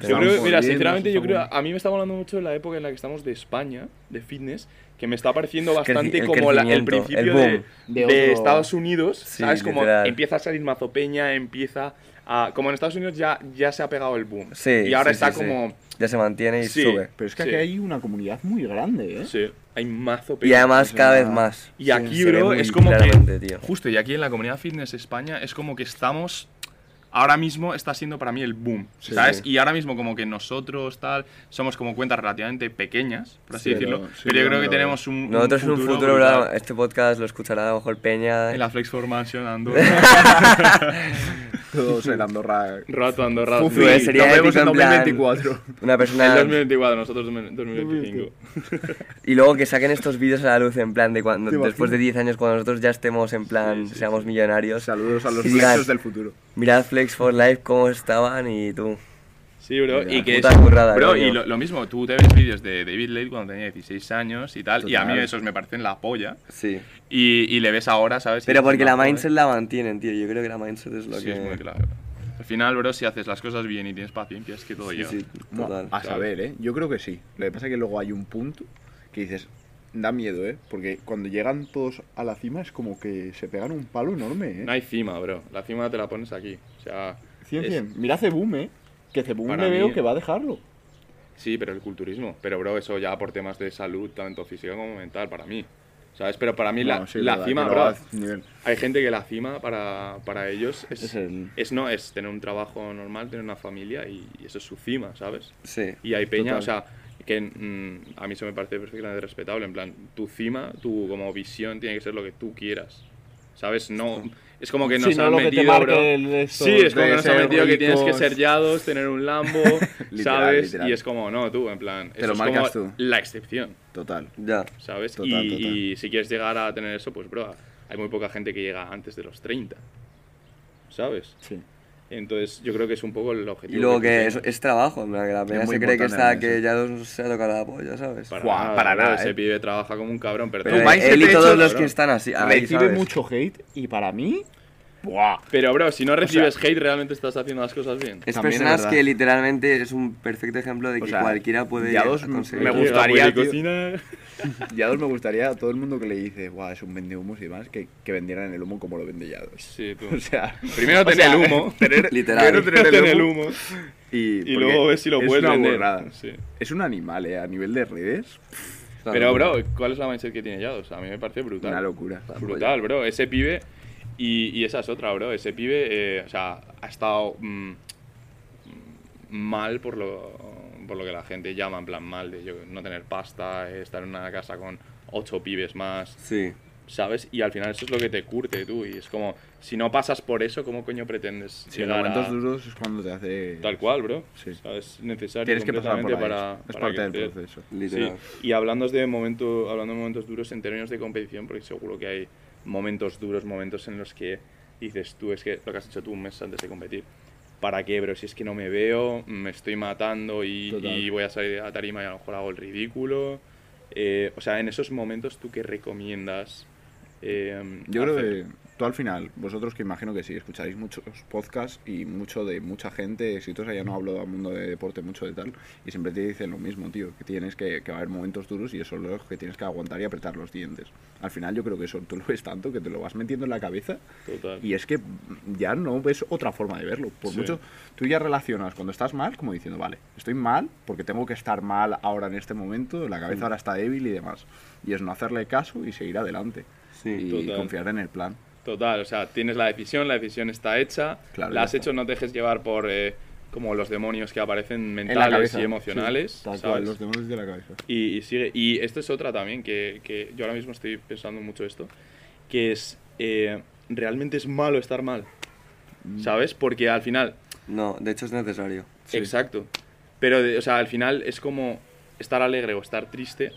A: Yo creo, mira,
B: volviendo,
A: sinceramente, yo creo.
B: estamos-
A: A mí me está molando mucho la época en la que estamos de España, de fitness, que me está pareciendo
C: creci-
A: bastante
C: el
A: como la- el
C: crecimiento, el
A: principio
C: boom.
G: De
A: de, de
G: otro-
A: Estados Unidos,
C: Sí,
A: ¿sabes? Como
C: literal.
A: empieza a salir mazopeña, empieza a. Como en Estados Unidos ya, ya se ha pegado el boom.
C: Sí,
A: Y ahora
C: sí,
A: está
C: sí, sí.
A: como.
C: Ya se mantiene y
A: Sí.
C: sube.
B: Pero es que
A: Sí.
B: aquí hay una comunidad muy grande, ¿eh?
A: Sí, hay mazopeña.
C: Y además
B: es
C: cada vez
B: una-
C: más.
A: Y aquí,
C: Se ve
A: bro,
C: muy
A: es como
C: claramente,
A: que.
C: tío.
A: Justo, y aquí en la comunidad fitness España es como que estamos. Ahora mismo está siendo para mí el boom,
B: Sí.
A: ¿sabes?
C: Sí.
A: Y ahora mismo como que nosotros tal somos como cuentas relativamente pequeñas, por así
B: Sí,
A: decirlo,
B: pero- sí,
A: pero yo
B: yo
A: creo
B: no
A: que
B: lo veo.
A: tenemos un, un
C: Nosotros en un futuro,
A: brutal.
C: bro, este podcast lo escuchará a lo mejor Peña.
A: en la Flex Formation Andorra.
B: Todos en Andorra.
A: Rato Andorra.
B: Fufi,
C: Pues sería
B: nos vemos
C: épico
B: en
C: en plan-
B: 2024.
C: Una
A: El
C: persona.
A: 2024, nosotros 2025.
C: Y luego que saquen estos vídeos a la luz en plan de cuando
B: ¿Te
C: después
B: imaginas?
C: de 10 años cuando nosotros ya estemos en plan seamos millonarios.
B: Saludos a los
C: y digan,
B: flexos del futuro.
C: Mirad Flex for Life cómo estaban y tú.
A: Sí, bro. Y que es.
C: Puta burrada,
H: Bro,
C: coño.
H: y lo, lo mismo, tú te ves vídeos de David Late cuando tenía 16 años y tal, y a mí
C: Total.
H: esos me parecen la polla.
C: Sí.
H: Y, y le ves ahora, ¿sabes? Y
C: Pero porque
H: dices,
C: la
H: "No, joder".
B: eh.
C: mindset la mantienen, tío. Yo creo que la mindset es lo
H: Sí,
C: que.
H: es muy claro. Al final, bro, si haces las cosas bien y tienes paciencia, es que todo
C: Sí,
H: llega.
C: sí,
B: Bueno,
C: total.
B: a saber, ¿eh? Yo creo que sí. Lo que pasa es que luego hay un punto que dices, da miedo, ¿eh? Porque cuando llegan todos a la cima es como que se pegan un palo enorme, ¿eh?
A: No hay cima, bro. La cima te la pones aquí. O sea.
D: 100,
A: es-
D: 100. Mira Cebum, eh. Que Cebum
A: Para
D: me veo
A: mí-
D: que va a dejarlo.
A: Sí, pero el culturismo. Pero, bro, eso ya por temas de salud, tanto física como mental, para mí. ¿Sabes? Pero para mí la,
B: No, sí,
A: la
B: verdad,
A: cima,
B: que
A: bro.
B: lo hagas nivel.
A: Hay gente que la cima para, para ellos es,
D: Es el-
A: es no, es tener un trabajo normal, tener una familia y, y eso es su cima, ¿sabes?
C: Sí.
A: Y hay peña, o sea, que mm, a mí eso me parece perfectamente respetable. En plan, tu cima, tu como visión tiene que ser lo que tú quieras. ¿Sabes? No. Es como que
D: Sí,
A: nos
D: no
A: han
D: lo que te
A: metido,
D: marque
A: bro.
D: el esto
A: sí, es como
B: de
A: que nos han
B: ser
A: metido que tienes que
B: ricos.
A: ser yados, tener un Lambo,
B: Literal,
A: ¿sabes?
B: literal.
A: Y es como, no, tú, en plan. eso
B: lo
A: es
B: marcas
A: como
B: tú.
A: la excepción.
B: Total.
C: Ya.
A: ¿sabes?
B: Total,
A: y,
B: total.
A: y si quieres llegar a tener eso, pues bro, hay muy poca gente que llega antes de los 30, ¿sabes?
D: Sí.
A: Entonces yo creo que es un poco el
C: Y
A: objetivo.
C: luego
A: tú
C: que es,
A: tienes.
C: es trabajo, en plan, que la peña
B: muy
C: se cree que
B: importante,
C: está, que
B: sí.
C: ya nos- se ha tocado la polla, ¿sabes?
A: Para
B: Buah,
A: nada,
B: para
A: bro,
B: nada,
A: Ese
B: eh.
A: pibe trabaja como un cabrón, pero...
C: Pero
B: Tu mindset
C: él y
B: de
C: todos
B: hecho,
C: los
B: bro,
C: que están así, ahí,
D: Recibe
C: ¿sabes?
D: mucho hate y para mí.
B: ¡Buah!
A: Pero bro, si no recibes hate, realmente estás haciendo las cosas bien.
C: Es
B: También es
C: personas
B: verdad.
C: que literalmente es un perfecto ejemplo de
B: O
C: que
B: sea,
C: cualquiera puede
B: ya dos
C: conseguir.
B: me
A: Aquí
B: gusta. gustaría,
A: la abuela
B: tío.
A: cocina.
B: Yados me gustaría a todo el mundo que le dice, guau, es un vende humos y demás, que, que vendieran el humo como lo vende Yados.
A: Sí, tú.
B: O sea,
A: Primero ten el humo.
B: tener,
C: Literal.
B: primero tener
A: ten
B: el
A: el
B: humo
A: humo.
B: y,
A: Y
B: porque
A: luego ves si lo
B: es
A: puedes
B: una
A: vender.
B: burrada.
A: Sí.
B: Es un animal, ¿eh? A nivel de redes,
A: Pero bro, ¿cuál es la mindset que tiene Yados? A mí me parece brutal.
B: una locura. pues
A: Brutal, bro. Ese pibe. Y, y esa es otra, bro. Ese pibe, eh, o sea, ha estado mm, mm, mal por lo, por lo que la gente llama, en plan, mal de yo no tener pasta, eh, estar en una casa con ocho pibes más,
C: Sí.
A: ¿sabes? Y al final eso es lo que te curte tú. Y es como, si no pasas por eso, ¿cómo coño pretendes
B: Si en
A: llegar
B: momentos
A: a-
B: duros es cuando te hace...
A: Tal cual, bro.
B: Sí.
A: O sea, es necesario
B: Tienes que pasar por ahí.
A: completamente para,
B: es
A: para
B: parte del
A: crecer.
B: proceso.
C: Literal.
A: Sí, Y hablando de, momento, hablando de momentos duros en términos de competición, porque seguro que hay momentos duros, momentos en los que dices tú, es que lo que has hecho tú un mes antes de competir, ¿para qué, bro? Si es que no me veo, me estoy matando y,
B: Total.
A: y voy a salir a tarima y a lo mejor hago el ridículo. Eh, o sea, en esos momentos, ¿tú qué recomiendas? eh,
B: Yo creo
A: hacer?
B: que tú al final, vosotros que imagino que sí, escucharéis muchos podcasts y mucho de mucha gente exitosa, ya no hablo del mundo de deporte mucho de tal, y siempre te dicen lo mismo, tío, que tienes que, que va a haber momentos duros y eso es lo que tienes que aguantar y apretar los dientes. Al final yo creo que eso tú lo ves tanto que te lo vas metiendo en la cabeza
A: Total.
B: y es que ya no ves otra forma de verlo. Por
A: Sí.
B: mucho, tú ya relacionas cuando estás mal como diciendo, vale, estoy mal porque tengo que estar mal ahora en este momento, la
A: Mm.
B: cabeza ahora está débil y demás. Y es no hacerle caso y seguir adelante.
C: Sí.
B: y
A: total.
B: confiar en el plan.
A: Total, o sea, tienes la decisión, la decisión está hecha,
B: Claro,
A: la
B: ya
A: has
B: está.
A: hecho, no te dejes llevar por eh, como los demonios que aparecen
B: En la
A: mentales
B: cabeza.
A: y emocionales.
B: Sí, tal
A: ¿sabes?
B: cual, los demonios de la cabeza.
A: Y, y sigue. Y esto es otra también, que, que yo ahora mismo estoy pensando mucho esto, que es, eh, realmente es malo estar mal, ¿sabes? Porque al final,
C: No, de hecho es necesario.
A: exacto, pero de- o sea, al final es como estar alegre o estar triste,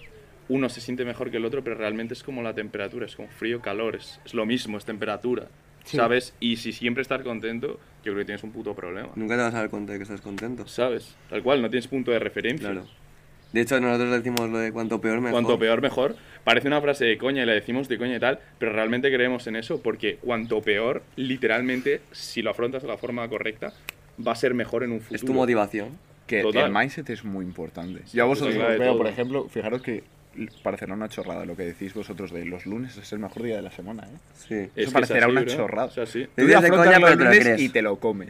A: uno se siente mejor que el otro, pero realmente es como la temperatura, es como frío, calor, es, es lo mismo, es temperatura, ¿sabes? Y si siempre estar contento, yo creo que tienes un puto problema,
C: Nunca te vas a dar cuenta de que estás contento.
A: ¿sabes? Tal cual, no tienes punto de referencia.
C: Claro. De hecho, nosotros decimos lo de cuanto peor mejor.
A: Cuanto peor, mejor. Parece una frase de coña y la decimos de coña y tal, pero realmente creemos en eso porque cuanto peor, literalmente, si lo afrontas de la forma correcta, va a ser mejor en un futuro.
C: Es tu motivación.
B: Que
A: Total.
B: el mindset es muy importante. Yo a vosotros
A: clave
B: os
A: de
B: veo,
A: todo.
B: por ejemplo, fijaros que l- parecerá una chorrada lo que decís vosotros de los lunes es el mejor día de la semana, ¿eh?
C: Sí.
A: Es que
B: parecerá
A: así,
B: una
A: bro.
B: chorrada.
A: O sea, sí.
C: Lo dices de
B: afrontas
C: coña,
B: los
C: pero te lo
B: lunes
C: crees.
B: y te lo comes.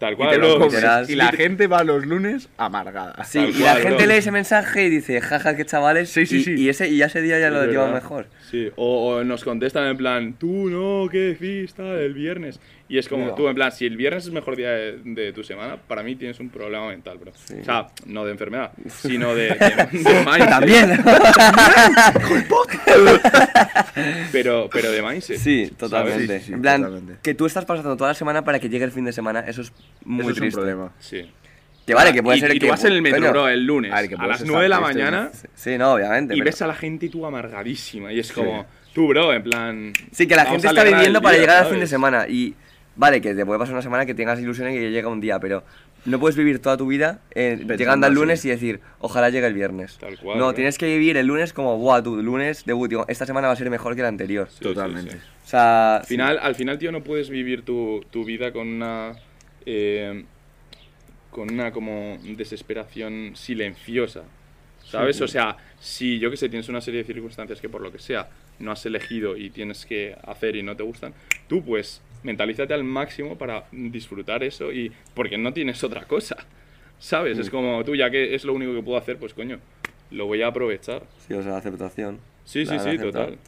A: Tal
B: Y, te
A: cual,
B: lo
A: bro.
B: comes.
C: literal.
B: Y la gente va los lunes amargada.
C: Sí,
A: Tal
C: y la
A: cual,
C: gente
A: bro.
C: lee ese mensaje y dice, jaja, qué chavales.
B: Sí, sí,
C: y,
B: sí.
C: Y, ese, y ya ese día ya lo
A: Es
C: llevan
A: verdad.
C: mejor.
A: Sí, o, o nos contestan en plan, tú no, qué fiesta, el viernes. Y es como
B: Mira.
A: tú, en plan, si el viernes es el mejor día de, de tu semana, para mí tienes un problema mental, bro. O sea, no de enfermedad, sino de, de, de mindset.
C: También.
A: Pero, pero de mindset.
C: sí,
A: ¿sabes?
C: totalmente.
B: Sí, sí, sí,
C: en plan,
B: totalmente.
C: que tú estás pasando toda la semana para que llegue el fin de semana, eso es muy
B: Eso es un
C: triste.
B: problema.
A: Sí.
C: Que vale, que puede
A: y,
C: ser
A: y
C: que.
A: tú vas en el metro,
C: coño,
A: bro, el lunes,
B: A ver, que
A: a
B: puedes
A: las
B: estar
A: 9 de la
C: este
B: triste,
A: mañana,
C: Sí, no, obviamente.
A: y
C: pero-
A: ves a la gente tú amargadísima. Y es como, tú, bro, en plan.
C: Sí, que la
A: vamos
C: gente
A: a
C: está
A: alegrar el
C: viviendo para
A: día,
C: llegar al
A: ¿sabes?
C: fin de semana. Y vale, que te puede pasar una semana que tengas ilusiones y que llega un día, pero no puedes vivir toda tu vida eh, llegando al
B: así.
C: lunes y decir, ojalá llegue el viernes.
A: Tal cual,
C: no,
A: bro.
C: tienes que vivir el lunes como, wow, tu lunes debut, digo, esta semana va a ser mejor que la anterior.
A: Sí, sí, sí.
B: Totalmente.
C: O sea,
A: Al final, al final, tío, no puedes vivir tu, tu vida con una. eh, con una como desesperación silenciosa. ¿Sabes? O sea, si yo que sé, tienes una serie de circunstancias que por lo que sea no has elegido y tienes que hacer y no te gustan, tú pues mentalízate al máximo para disfrutar eso y. porque no tienes otra cosa. ¿Sabes? Es como tú, ya que es lo único que puedo hacer, pues coño, lo voy a aprovechar.
C: sí, o sea, aceptación.
A: Sí, sí,
C: La
A: sí,
C: acepta-
A: total.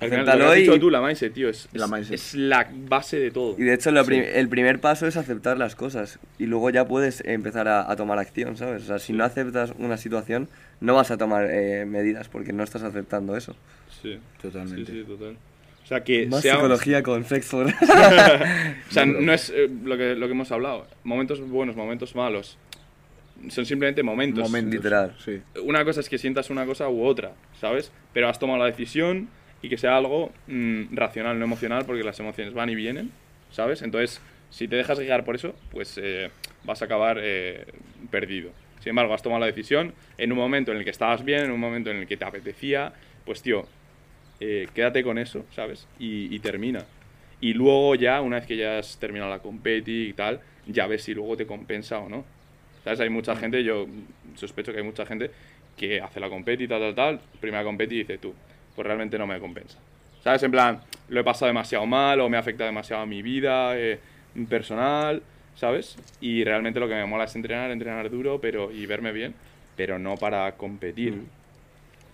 A: Al final, lo que
C: Acéptalo
A: has
C: y-
A: dicho tú, la mindset, tío, es es-
B: La mindset.
A: es la base de todo.
C: Y de hecho, lo prim- el primer paso es aceptar las cosas y luego ya puedes empezar a, a tomar acción, ¿sabes? O sea, si no aceptas una situación, no vas a tomar eh, medidas porque no estás aceptando eso.
A: Sí.
B: Totalmente.
A: Sí, sí, total. O sea, que
C: Más
A: sea-
C: psicología con Flexford.
A: O sea, no es eh, lo, que, lo que hemos hablado. Momentos buenos, momentos malos. Son simplemente momentos.
B: Momentos.
C: literal.
B: Sí.
A: Una cosa es que sientas una cosa u otra, ¿sabes? Pero has tomado la decisión y que sea algo mm, racional, no emocional, porque las emociones van y vienen, ¿sabes? Entonces, si te dejas guiar por eso, pues eh, vas a acabar eh, perdido. Sin embargo, has tomado la decisión en un momento en el que estabas bien, en un momento en el que te apetecía, pues tío, eh, quédate con eso, ¿sabes? Y, y termina. Y luego ya, una vez que ya has terminado la competi y tal, ya ves si luego te compensa o no. ¿Sabes? Hay mucha gente, yo sospecho que hay mucha gente que hace la competi, tal, tal, tal, primera competi y dice tú, pues realmente no me compensa. ¿Sabes? En plan, lo he pasado demasiado mal o me afecta demasiado a mi vida eh, personal, ¿sabes? Y realmente lo que me mola es entrenar, entrenar duro pero y verme bien, pero no para competir.
C: Mm.
B: Mm.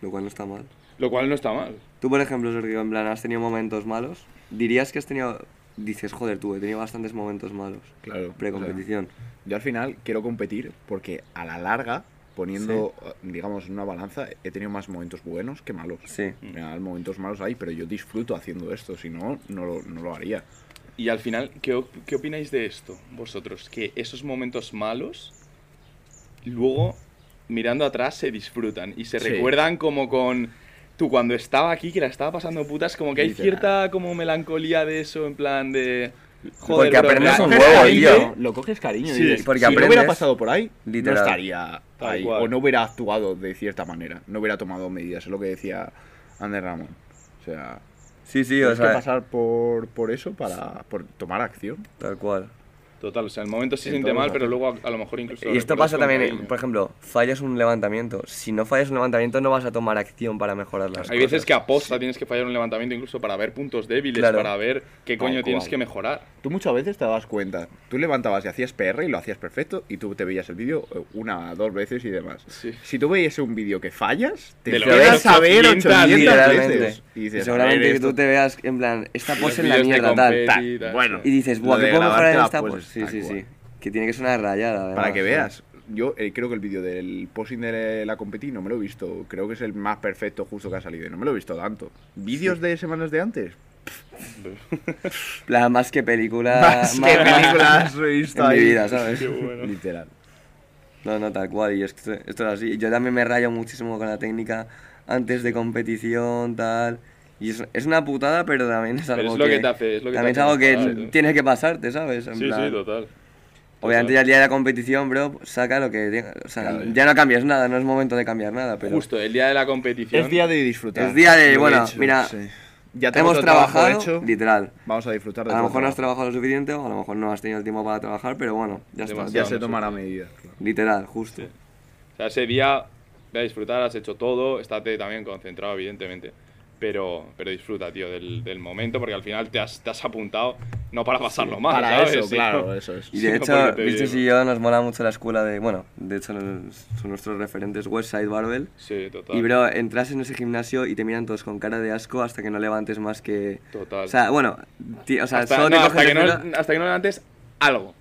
C: Lo cual no está mal.
A: Lo cual no está mal.
C: Tú, por ejemplo, Sergio, en plan, has tenido momentos malos. Dirías que has tenido. Dices, joder, tú, he tenido bastantes momentos malos.
B: Claro,
C: Precompetición.
B: Yo al final quiero competir porque a la larga, poniendo, eh, digamos, en una balanza, he tenido más momentos buenos que malos.
C: Sí.
B: Al final, momentos malos hay, pero yo disfruto haciendo esto, si no, no lo, no lo haría.
A: Y al final, ¿qué, op- qué opináis de esto vosotros? Que esos momentos malos, luego, mirando atrás, se disfrutan y se
B: Sí.
A: recuerdan como con... Tú, cuando estaba aquí, que la estaba pasando putas, como que hay
B: Literal.
A: cierta como melancolía de eso, en plan de...
C: Porque
A: bro,
C: aprendes
A: ¿no?
C: un huevo, tío.
B: Lo coges cariño
A: Sí,
B: y dices,
C: porque
B: si no
C: aprendes,
B: hubiera pasado por ahí,
C: literal.
B: no estaría
A: Tal
B: ahí,
A: cual.
B: o no hubiera actuado de cierta manera, no hubiera tomado medidas, es lo que decía Ander Ramón. O sea,
C: Sí, sí, o
B: tienes que
C: sea.
B: pasar por, por eso para por tomar acción.
C: Tal cual.
A: Total, o sea, el momento se
B: En
A: siente
B: todos
A: mal,
B: los
A: pero luego a, a lo mejor incluso...
C: Y esto
A: recuerdas
C: pasa
A: con
C: también,
A: cariño.
C: eh, por ejemplo, fallas un levantamiento. Si no fallas un levantamiento, no vas a tomar acción para mejorar las
A: Hay
C: cosas.
A: veces que aposta tienes que fallar un levantamiento incluso para ver puntos débiles,
C: Claro.
A: para ver qué
B: Tal
A: coño tienes
B: cual.
A: que mejorar.
B: Tú muchas veces te dabas cuenta, tú levantabas y hacías PR y lo hacías perfecto y tú te veías el vídeo eh, una, dos veces y demás.
A: Sí.
B: Si tú veías un vídeo que fallas, te
A: Te lo
B: quedas
A: ves
B: a ver
A: 800
B: 800
C: Literalmente.
B: veces.
C: Y,
B: dices,
C: seguramente
B: "A ver,
C: que tú
B: esto
C: te veas en plan, esta
A: Los
C: pose en la
A: vídeos de
C: mierda, tal.
A: competi,
B: tal.
A: tal,
B: Bueno,
C: Y dices,
B: Lo
C: buah,
B: de
C: ¿qué puedo mejorar en
B: grabarte la
C: esta
B: pose,
C: pose? Ah, Sí,
B: tal
C: sí, sí.
B: cual.
C: Que tiene que ser una rayada. además,
B: Para que
C: ¿no?
B: veas, yo eh, creo que el vídeo del posing de la competi no me lo he visto. Creo que es el más perfecto justo que ha salido. y No me lo he visto tanto. ¿Vídeos de semanas de antes?
C: La más que película.
B: Más que películas he
C: en
B: visto
C: mi
B: ahí.
C: vida, ¿sabes?
B: Literal.
C: No, no, tal cual. Y es que esto, esto es así. Yo también me rayo muchísimo con la técnica antes de competición, tal. Y es, es una putada, pero también es
A: Pero
C: algo
A: es lo que te hace- es lo que te
C: también
A: hace
C: es algo
A: mejorar,
C: que
A: ¿no?
C: tienes que pasarte, ¿sabes? En
A: Sí,
C: plan,
A: sí, total.
C: Obviamente
A: total.
C: ya el día de la competición, bro, saca lo que... tenga- O sea, ya no cambias nada, no es momento de cambiar nada, pero...
A: Justo, el día de la competición.
B: Es día de disfrutar.
C: Es día de,
B: Lo que he
C: bueno, mira,
B: Ya tenemos
C: Hemos
B: el trabajo
C: trabajado,
B: hecho.
C: literal.
B: Vamos a disfrutar de
C: A lo
B: todo
C: mejor no has
B: el trabajo.
C: trabajado lo suficiente o a lo mejor no has tenido el tiempo para trabajar, pero bueno, ya está.
A: Demasiado.
B: Ya se tomará medida. claro.
C: Literal, justo.
A: O sea, ese día ve a disfrutar, has hecho todo, estate también concentrado, evidentemente. Pero, pero disfruta, tío, del, del momento, porque al final te has, te has apuntado
F: no para pasarlo mal,
B: Para
F: ¿sabes?
B: eso,
F: Sí.
B: claro, eso es.
C: Y
F: Sí,
C: de
F: porque
C: hecho,
F: te
C: Vistos
F: digo.
C: y yo nos mola mucho la escuela de. Bueno, de hecho, nos- son nuestros referentes Westside Barbell.
F: Sí, total.
C: Y bro, entras en ese gimnasio y te miran todos con cara de asco hasta que no levantes más que.
F: Total.
C: O sea, bueno, ti- o sea,
F: hasta,
C: solo
F: no,
C: te
F: hasta
C: cogen
F: que
C: de
F: no,
C: filo,
F: hasta que no levantes algo.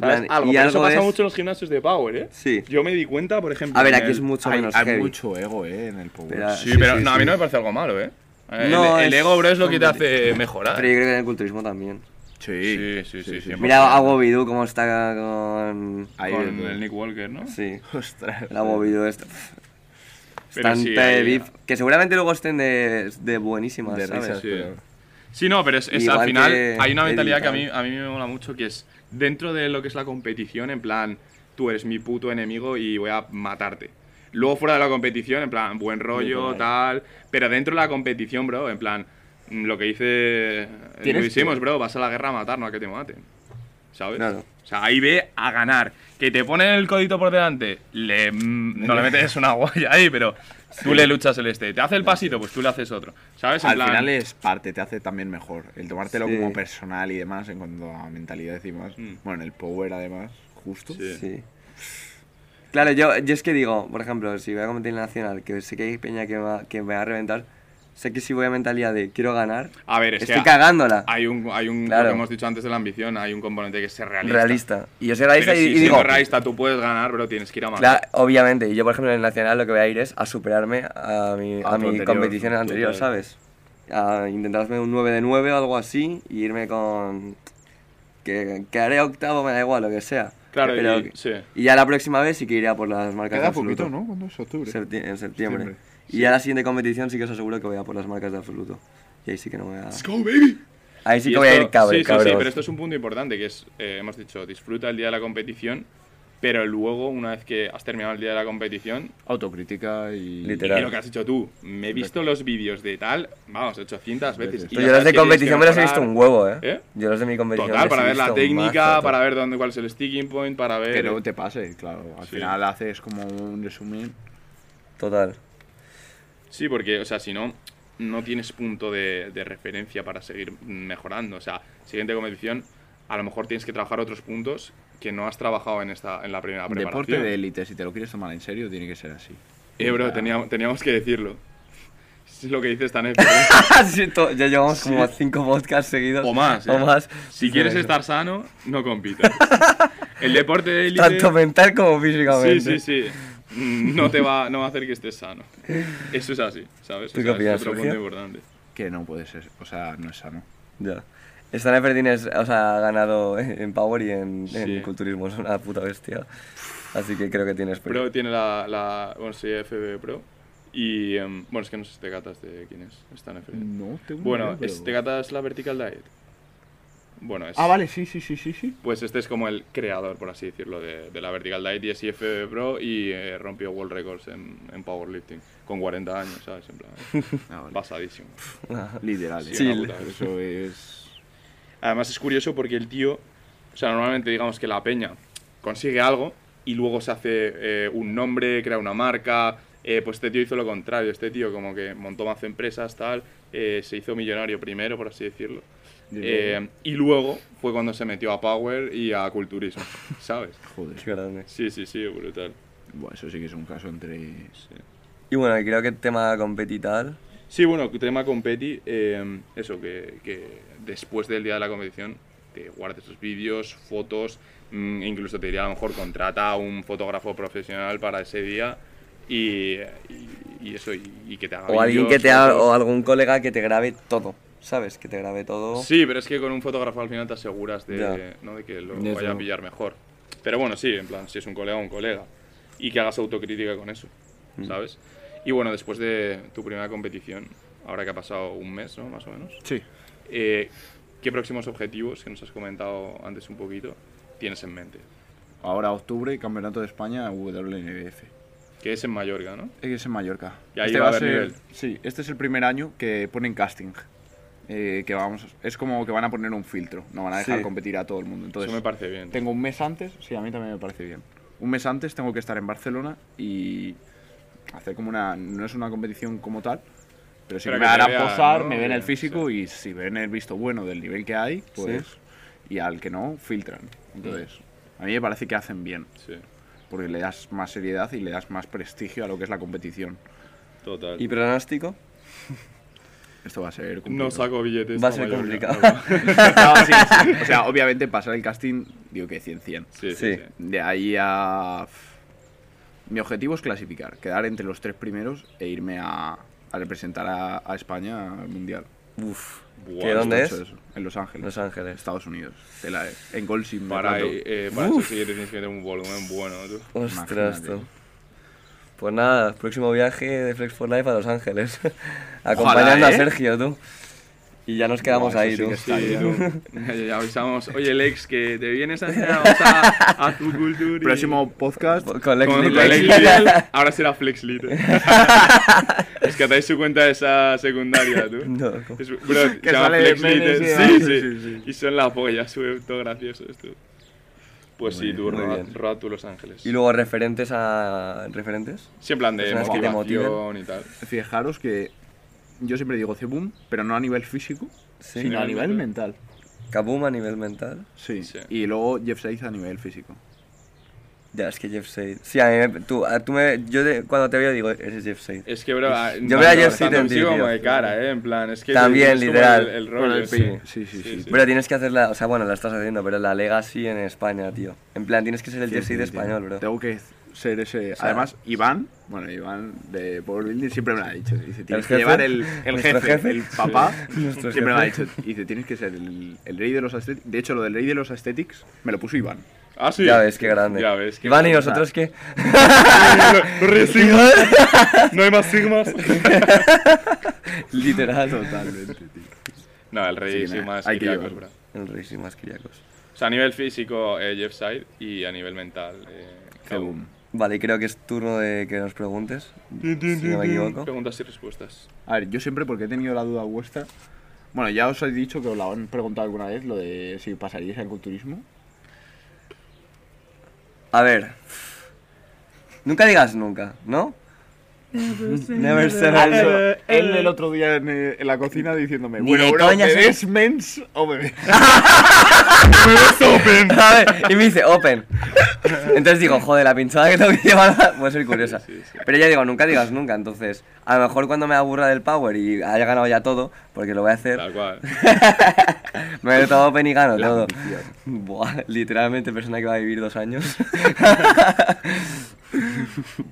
F: ¿sabes?
C: plan,
F: algo.
C: y
F: Pero eso
C: algo
F: pasa
C: es-
F: mucho en los gimnasios de Power, ¿eh?
C: Sí.
F: Yo me di cuenta, por ejemplo.
C: A ver,
F: en
C: aquí
F: el-
C: es mucho
B: hay
C: menos
B: hay
C: heavy.
B: mucho ego, eh, en el power.
C: Pero-
A: Sí, pero no, a mí
C: sí.
A: no me parece algo malo, ¿eh? El,
C: No,
A: el
C: es-
A: ego, bro, es lo que te hace mejorar.
C: Pero yo creo que en el culturismo también.
A: Sí, sí, sí, siempre.
C: Mira a Bobidou cómo está con.
B: Ahí
A: con
B: de todo.
A: el Nick Walker, ¿no?
C: Sí.
B: Ostras.
C: La movido esta.
A: Pero
C: Están
A: sí,
C: de
A: ahí-
C: beef, que seguramente luego estén de, de buenísimas,
B: De
C: ¿sabes?
B: risas,
A: Sí.
B: pero-
A: Sí, no, pero es, es
C: Igual
A: al final
C: que
A: hay una
C: Eddie
A: mentalidad que a
C: Cal.
A: mí, a mí me mola mucho, que es dentro de lo que es la competición, en plan, tú eres mi puto enemigo y voy a matarte. Luego fuera de la competición, en plan, buen rollo, tal. Pero dentro de la competición, bro, en plan, mm, lo que dice
G: Tienes
A: Luis Simons, bro, vas a la guerra a matar, no a que te maten. ¿Sabes?
C: Claro.
A: O sea, ahí ve a ganar. Que te ponen el codito por delante, le, mm, no le metes una guaya ahí, pero tú le luchas el este. Te hace el pasito, pues tú le haces otro. ¿Sabes? En
B: Al
A: plan,
B: final es parte, te hace también mejor. El tomártelo
C: Sí.
B: como personal y demás, en cuanto a mentalidad y demás.
A: Mm.
B: Bueno, en el power además, justo.
C: Sí. Claro, yo, yo es que digo, por ejemplo, si voy a competir en la nacional, que sé que hay peña que, va- que me va a reventar, sé que si voy a mentalidad de quiero ganar,
A: A ver, es
C: estoy
A: que
C: cagándola.
A: hay un, hay un
C: Claro.
A: lo que hemos dicho antes de la ambición, hay un componente que es ser realista.
C: realista. Y yo soy realista
A: Pero
C: y,
A: si
C: y
A: siendo
C: digo,
A: realista tú puedes ganar, pero tienes que ir a más.
C: Claro, obviamente, y yo por ejemplo en el Nacional lo que voy a ir es a superarme a mi,
B: A
C: a
B: tu
C: mi
B: anterior,
C: competición
B: total.
C: anterior, ¿sabes? A intentar hacerme un 9 de 9 o algo así y irme con... Que, que haré octavo, me da igual, lo que sea.
F: Claro,
C: Pero-
F: y, sí.
C: y ya la próxima vez sí que iré a por las marcas de
B: Queda
C: absoluto.
B: poquito, ¿no? ¿Cuándo es octubre?
C: Septi- en septiembre.
B: Septiembre,
C: Y ya la siguiente competición sí que os aseguro que voy a por las marcas de absoluto. Y ahí sí que no voy a...
F: ¡Go, baby!
C: Ahí sí
A: Y
C: que voy a
A: esto-
C: ir cabre,
A: sí, sí,
C: cabrón.
A: sí, pero esto es un punto importante, que es, eh, hemos dicho, disfruta el día de la competición, pero luego, una vez que has terminado el día de la competición,
B: Autocrítica y.
C: Literal.
A: y lo que has dicho tú, me he visto los vídeos de tal, vamos, 800 veces. y
C: Pero yo
A: las
C: los de
A: tienes que
C: competición me los he
A: mejorar.
C: visto un huevo, ¿eh?
A: ¿Eh?
C: Yo los de mi competición
A: Total,
C: les he
A: para ver la
C: visto un
A: técnica,
C: mazo,
A: para ver dónde cuál es el sticking point, para ver...
B: Que no te pase, claro. Al
A: Sí.
B: final haces como un resumen.
C: Total.
A: Sí, porque, o sea, si no, no tienes punto de, de referencia para seguir mejorando. O sea, siguiente competición, a lo mejor tienes que trabajar otros puntos que no has trabajado en esta en la primera preparación.
B: Deporte de élite, si te lo quieres tomar en serio, tiene que ser así.
A: Eh, bro, teníamos, teníamos que decirlo. Es lo que dices tan
C: Sí, to- ya llevamos como cinco podcasts seguidos.
A: O más.
C: O
A: eh.
C: más.
A: Si
C: Sí,
A: quieres
C: eso.
A: estar sano, no compitas. El deporte de élite...
C: Tanto mental como físicamente.
A: Sí, sí, sí. Mm, No te va, no va a hacer que estés sano. Eso es así, ¿sabes?
C: ¿Tú
A: O
C: qué
A: sea, es
C: opinas,
A: otro punto
C: Sergio?
A: importante.
B: Que no puede ser, o sea, no es sano.
C: Ya. Stan Efferdin es, o sea, ha ganado en Power y en, en
A: Sí.
C: Culturismo. Es una puta bestia. Así que creo que tienes.
A: Pro tiene la, la bueno, sí, FB Pro. Y em, bueno, es que no sé si te catas de quién es. Está en FB.
B: No tengo
A: Bueno,
B: idea, Mm, pero-
A: es, te catas la Vertical Diet. Bueno, es.
G: Ah, vale, sí, sí, sí, sí, sí.
A: Pues este es como el creador, por así decirlo, de, de la Vertical Diet y es IFBB Pro y eh, rompió World Records en, en Powerlifting con 40 años, ¿sabes? En plan,
B: Ah, vale.
A: pasadísimo.
B: Literal, eh.
A: Sí,
B: Ah,
A: la
B: puta,
A: puta.
B: Eso es.
A: Además es curioso porque el tío, o sea, normalmente digamos que la peña consigue algo y luego se hace eh, un nombre, crea una marca, eh, pues este tío hizo lo contrario, este tío como que montó más empresas, tal, eh, se hizo millonario primero, por así decirlo.
B: Y
A: Eh, y luego fue cuando se metió a Power y a Culturismo, ¿sabes?
B: Joder.
C: Qué grande.
A: Sí, sí, sí, brutal.
B: Buah, eso sí que es un caso entre.
A: Sí.
C: Y bueno, creo que el tema competi y tal.
A: Sí, bueno, tema competi, eh, eso, que, que después del día de la competición te guardes tus vídeos, fotos, mm, incluso te diría a lo mejor contrata a un fotógrafo profesional para ese día y, y- y eso, y, y que te haga
C: O alguien
A: vídeos,
C: que te ha,
A: fotos.
C: o algún colega que te grabe todo. ¿Sabes? Que te grabe todo.
A: Sí, pero es que con un fotógrafo al final te aseguras de,
C: Ya.
A: ¿no? de que lo
B: De
A: vaya a
B: eso.
A: pillar mejor. Pero bueno, sí, en plan, si es un colega, un colega. Y que hagas autocrítica con eso,
C: Mm.
A: ¿sabes? Y bueno, después de tu primera competición, ahora que ha pasado un mes, ¿no? Más o menos.
B: Sí.
A: Eh, ¿Qué próximos objetivos, que nos has comentado antes un poquito, tienes en mente?
B: Ahora octubre, Campeonato de España, WNBF.
A: Que es en Mallorca, ¿no?
B: Es que es en Mallorca.
A: Y
B: Este
A: ahí va a haber nivel.
B: Sí, este es el primer año que ponen casting. Eh, que vamos, es como que van a poner un filtro, no van a dejar
C: Sí.
B: competir a todo el mundo.
C: Pues
B: Entonces,
A: eso me parece bien.
B: tengo un mes antes, sí, a mí también me parece bien. Un mes antes tengo que estar en Barcelona y hacer como una, no es una competición como tal, Pero si
A: Pero
B: me
A: que te
B: harán
A: vean,
B: posar,
A: ¿no?
B: me ven el
A: Sí.
B: físico y si ven el visto bueno del nivel que hay, pues. Y al que no, filtran. Entonces,
A: Mm.
B: a mí me parece que hacen bien.
A: Sí,
B: Porque le das más seriedad y le das más prestigio a lo que es la competición.
A: total.
C: ¿Y pronóstico?
B: Esto va a ser.
A: No
B: complicado.
A: saco billetes.
C: Va a
A: pa'
C: ser
A: Mallorca.
C: complicado.
B: No, sí, sí. O sea, obviamente pasar el casting, digo que
A: Sí,
B: 100-100.
A: sí,
C: Sí.
A: sí.
B: De ahí a. Mi objetivo es clasificar, quedar entre los tres primeros e irme a, a representar a, a España al mundial.
C: Uf.
A: Buah,
C: ¿Qué, dónde
B: He
C: es?
B: hecho eso, En Los Ángeles.
C: Los Ángeles.
B: Estados Unidos. Tela, eh. En Gol sin
A: Para,
B: plato.
A: ahí, eh, para eso sí que tienes que tener un volumen bueno, tú.
C: Ostras,
B: Imagínate.
C: tú. Pues nada, próximo viaje de Flex for Life a Los Ángeles. Acompañando a
B: ¿eh?
C: Sergio, tú. Y ya nos quedamos
B: Buah, eso
C: ahí,
B: sí
C: tú.
B: que está
A: Sí,
B: bien.
A: tú. Ya, ya avisamos. Oye, Lex, que te vienes a hacer a, a tu cultura. y-
B: Próximo podcast.
C: Con Lex
A: Con
C: Little.
A: Lex Lidl. Ahora será Flex Lidl. es que atáis su cuenta de esa secundaria, tú.
C: No, co-
A: Es, bro, se
B: Que
A: llama
B: sale de
A: Flex
B: memes
A: Lidl. Sí,
B: y demás.
A: sí,
B: Sí, sí,
A: Y son la polla, sube todo gracioso esto. Pues sí, tú,
C: muy
A: Roa,
C: bien.
A: Roa, tú Los Ángeles.
C: Y luego referentes a. ¿Referentes?
A: Sí, en plan de
C: personas que te
A: motivación y tal.
B: Fijaros que yo siempre digo Cebum, pero no a nivel físico.
C: Sí.
I: Sino a nivel mental.
C: Kabum a nivel mental.
B: Sí.
A: Sí.
B: Y luego Jeff Saiz a nivel físico.
C: Ya, es que Jeff Sade. Sí, a mí me- tú, a- tú me. Yo de- cuando te veo digo, ese es Jeff Sade.
A: Es que, bro, a-
C: Yo veo a Jeff
A: tanto
C: Seaton,
A: físico
C: tío,
A: como
C: tío.
A: de cara, eh. En plan, es que.
C: También,
A: es como
C: literal.
A: El, el
B: Con
A: rollo,
B: el
A: sí.
B: peine. Sí, sí, sí.
C: Pero tienes que hacerla. O sea, bueno, la estás haciendo, pero la Legacy en España, tío. En plan, tienes que ser el Jeff Sade español, bro.
B: Tengo que ser ese.
C: sea-
B: Además, Iván, bueno, Iván de Power Building siempre me lo ha dicho. Dice, tienes que
C: jefe?
B: llevar el, el
C: ¿Nuestro
B: jefe,
C: jefe?
B: el papá.
C: Nuestro
B: Siempre me lo ha
C: jefe.
B: dicho. Dice, tienes que ser el, el rey de los aesthetics. De hecho, lo del rey de los aesthetics me lo puso Iván.
A: Ah, sí.
C: Ya ves, qué grande.
A: Ya ves, qué
C: Iván, ¿y
A: grande.
C: nosotros qué?
A: No hay más sigmas.
C: Literal.
B: Totalmente, tío.
A: No, el rey
B: Sí,
A: sí,
B: nada,
A: más
B: hay que
A: Kiriakos,
B: llevarlo.
A: bro.
C: El rey sin más críacos.
A: O sea, a nivel físico, eh, Jeff Side y a nivel mental, eh, Kabum.
B: Kabum.
C: Vale, y creo que es turno de que nos preguntes. Si no me equivoco.
A: Preguntas y respuestas.
B: A ver, yo siempre, porque he tenido la duda vuestra. Bueno, ya os he dicho que os la han preguntado alguna vez lo de si pasaríais al culturismo.
C: A ver. Nunca digas nunca, ¿no? Never say never.
B: Él él el otro día en, eh, en la cocina diciéndome,
C: Ni
B: bueno,
C: de
B: bro,
C: coña,
B: ¿me
C: sí.
B: ves mens o me ves?
C: A ver, y me dice open. Entonces digo, joder, la pinchada que tengo que llevar puede ser curiosa.
A: Sí, sí, sí.
C: Pero ya digo, nunca digas nunca. Entonces, a lo mejor cuando me aburra del power y haya ganado ya todo, porque lo voy a hacer,
A: Tal cual.
C: Me he todo open y gano
B: La
C: todo.
B: ambición.
C: Buah, literalmente persona que va a vivir dos años.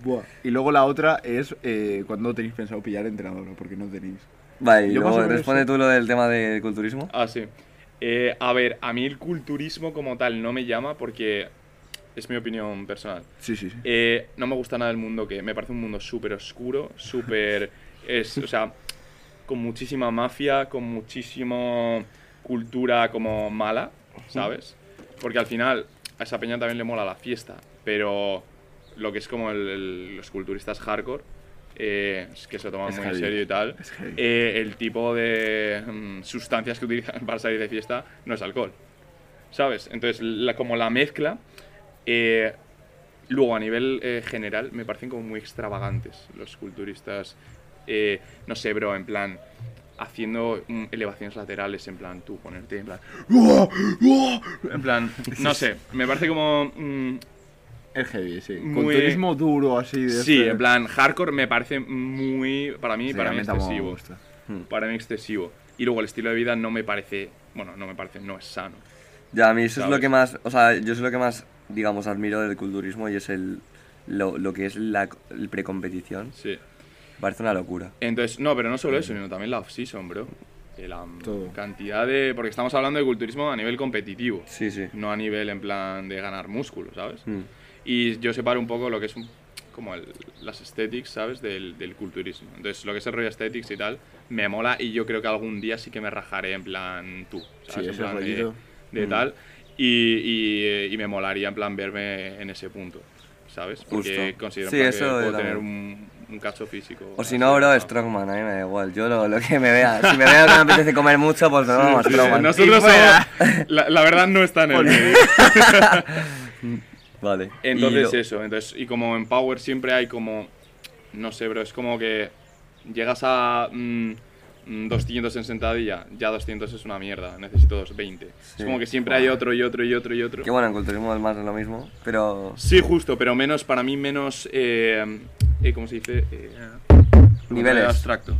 B: Buah. Y luego la otra es eh, cuando tenéis pensado pillar entrenador o por qué no tenéis.
C: Vale, y
B: Yo más o
C: luego
B: menos
C: responde
B: sé.
C: tú lo del tema del culturismo.
A: Ah, sí. Eh, a ver, a mí el culturismo como tal no me llama porque es mi opinión personal.
B: Sí, sí, sí.
A: Eh, no me gusta nada el mundo que me parece un mundo súper oscuro, súper... es, o sea, con muchísima mafia, con muchísima cultura como mala, ¿sabes? Porque al final a esa peña también le mola la fiesta, pero lo que es como el- el- los culturistas hardcore, eh, es que se lo toman
B: Es
A: muy
B: heavy.
A: en serio y tal,
B: Es heavy.
A: eh, el tipo de mm, sustancias que utilizan para salir de fiesta no es alcohol, ¿sabes? Entonces, la, como la mezcla... eh, Luego, a nivel eh, general, me parecen como muy extravagantes los culturistas. eh, no sé, bro, en plan, haciendo mm, elevaciones laterales, en plan, tú ponerte, en plan. "Uah, uah", En plan, no sé, me parece como. mm,
B: Es heavy, sí.
A: Muy-
B: Culturismo duro, así. De
A: sí,
B: este-
A: en plan, hardcore me parece muy. Para mí,
B: Sí,
A: para
B: a
A: mí
B: mí tampoco me
A: excesivo.
B: gusta.
A: Para mí excesivo. Y luego el estilo de vida no me parece. Bueno, no me parece, no es sano.
C: Ya, a mí eso es lo
A: ¿Sabes?
C: que más, o sea, yo es lo que más, digamos, admiro del culturismo y es el, lo, lo que es la el precompetición.
A: Sí.
C: Parece una locura.
A: Entonces, no, pero no solo eso, sino también la off-season, bro. Que La
B: Todo.
A: cantidad de. Porque estamos hablando de culturismo a nivel competitivo,
C: Sí, sí.
A: no a nivel en plan de ganar músculo, ¿sabes?
C: Mm.
A: Y yo separo un poco lo que es un- como el- las aesthetics, ¿sabes? Del, del culturismo. Entonces, lo que es el rollo aesthetics y tal, me mola y yo creo que algún día sí que me rajaré en plan tú,
B: Sí,
A: ¿sabes? en
B: ese
A: plan de-
B: rollito.
A: de,
C: Mm.
A: tal. Y, y, eh, y me molaría en plan verme en ese punto, ¿sabes? Porque
C: Justo.
A: considero en
C: Sí,
A: plan
C: eso
A: que puedo
C: también.
A: tener un, un cacho físico.
C: O si
A: así,
C: no, bro,
A: ¿no?
C: Strongman, a mí me da igual. Yo lo, lo que me vea. Si me veo que me apetece comer mucho, pues no, vamos, Strongman.
A: Nosotros somos- la, la verdad no está en el medio.
C: Vale. y
A: Entonces
C: lo-
A: eso, entonces, y como en Power siempre hay como, no sé, bro, es como que llegas a mm, mm, 200 en sentadilla, ya 200 es una mierda, necesito 220.
C: Sí,
A: Es como que siempre hay
C: guau.
A: otro y otro y otro y otro.
C: Que bueno, en culturismo es más de lo mismo, pero
A: Sí, justo, pero menos, para mí menos, eh, eh, ¿cómo se dice? Eh,
C: Niveles.
A: Abstracto.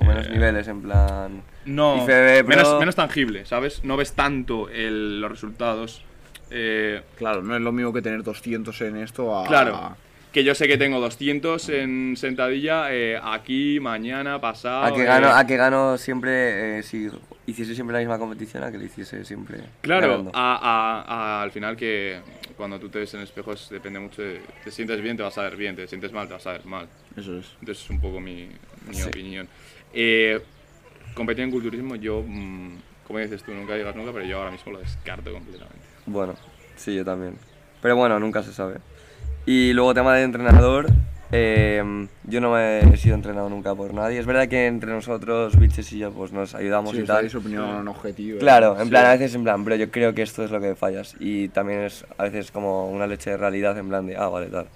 C: o menos
A: Eh,
C: niveles, en plan...
A: No,
C: IFBB, bro.
A: menos, menos tangible, ¿sabes? No ves tanto el- los resultados. Eh,
B: Claro, no es lo mismo que tener 200 en esto a...
A: Claro. Que yo sé que tengo 200 en sentadilla eh, aquí, mañana, pasado.
C: A que
A: eh,
C: gano, a que gano siempre, eh, si hiciese siempre la misma competición, a que lo hiciese siempre
A: Claro, Ah.
C: ganando.
A: a- a- a- al final que cuando tú te ves en el espejo es- depende mucho de... Te sientes bien, te vas a ver bien, te sientes mal, te vas a ver mal.
B: Eso es.
A: Entonces es un poco mi, mi
C: Sí.
A: opinión. Eh, competir en culturismo yo, mm, como dices tú, nunca digas nunca, pero yo ahora mismo lo descarto completamente.
C: Bueno, sí, yo también. Pero bueno, nunca se sabe. Y luego tema de entrenador. eh, yo no me he sido entrenado nunca por nadie. Es verdad que entre nosotros, biches y yo, pues nos ayudamos
B: Sí,
C: y
B: os
C: tal.
B: dais opinión objetiva.
C: Claro, en
B: Sí.
C: plan, a veces en plan, pero yo creo que esto es lo que fallas. Y también es a veces como una leche de realidad, en plan de, ah, vale, tal.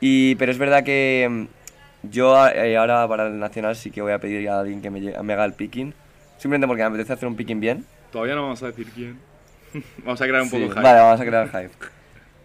C: Y, pero es verdad que mm, yo eh, ahora para el Nacional sí que voy a pedir a alguien que me, lle- me haga el picking. Simplemente porque me apetece hacer un picking bien.
A: Todavía no vamos a decir quién. vamos a crear un
C: Sí,
A: poco de hype.
C: Vale, vamos a crear hype.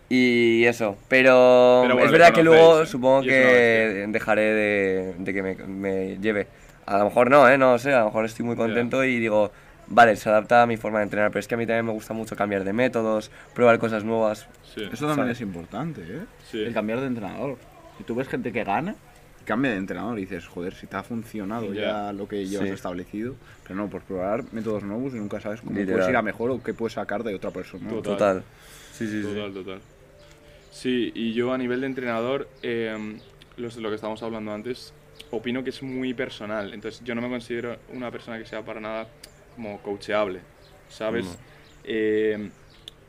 C: Y eso, pero,
A: Pero bueno,
C: es
A: le
C: verdad que
A: conocéis,
C: luego
A: ¿eh?
C: supongo
A: Y es una
C: que dejaré de, de que me, me lleve. A lo mejor no, ¿eh? No sé, a lo mejor estoy muy contento y digo, vale, se adapta a mi forma de entrenar, pero es que a mí también me gusta mucho cambiar de métodos, probar cosas nuevas.
A: Sí,
B: Eso también
C: ¿sabes?
B: es importante, ¿eh?
A: sí.
J: El cambiar de entrenador. Si tú ves gente que gana,
B: Cambia de entrenador y dices, joder, si te ha funcionado
A: Ya.
B: ya lo que llevas
C: Sí.
B: establecido. Pero no, por probar métodos nuevos y nunca sabes cómo
C: Literal.
B: puedes ir a mejor o qué puedes sacar de otra persona.
A: Total.
C: Total. Sí, sí, sí.
A: Total, total. Sí, y yo a nivel de entrenador, eh, los- lo que estábamos hablando antes, opino que es muy personal. Entonces yo no me considero una persona que sea para nada como coacheable, ¿sabes?
C: No.
A: Eh,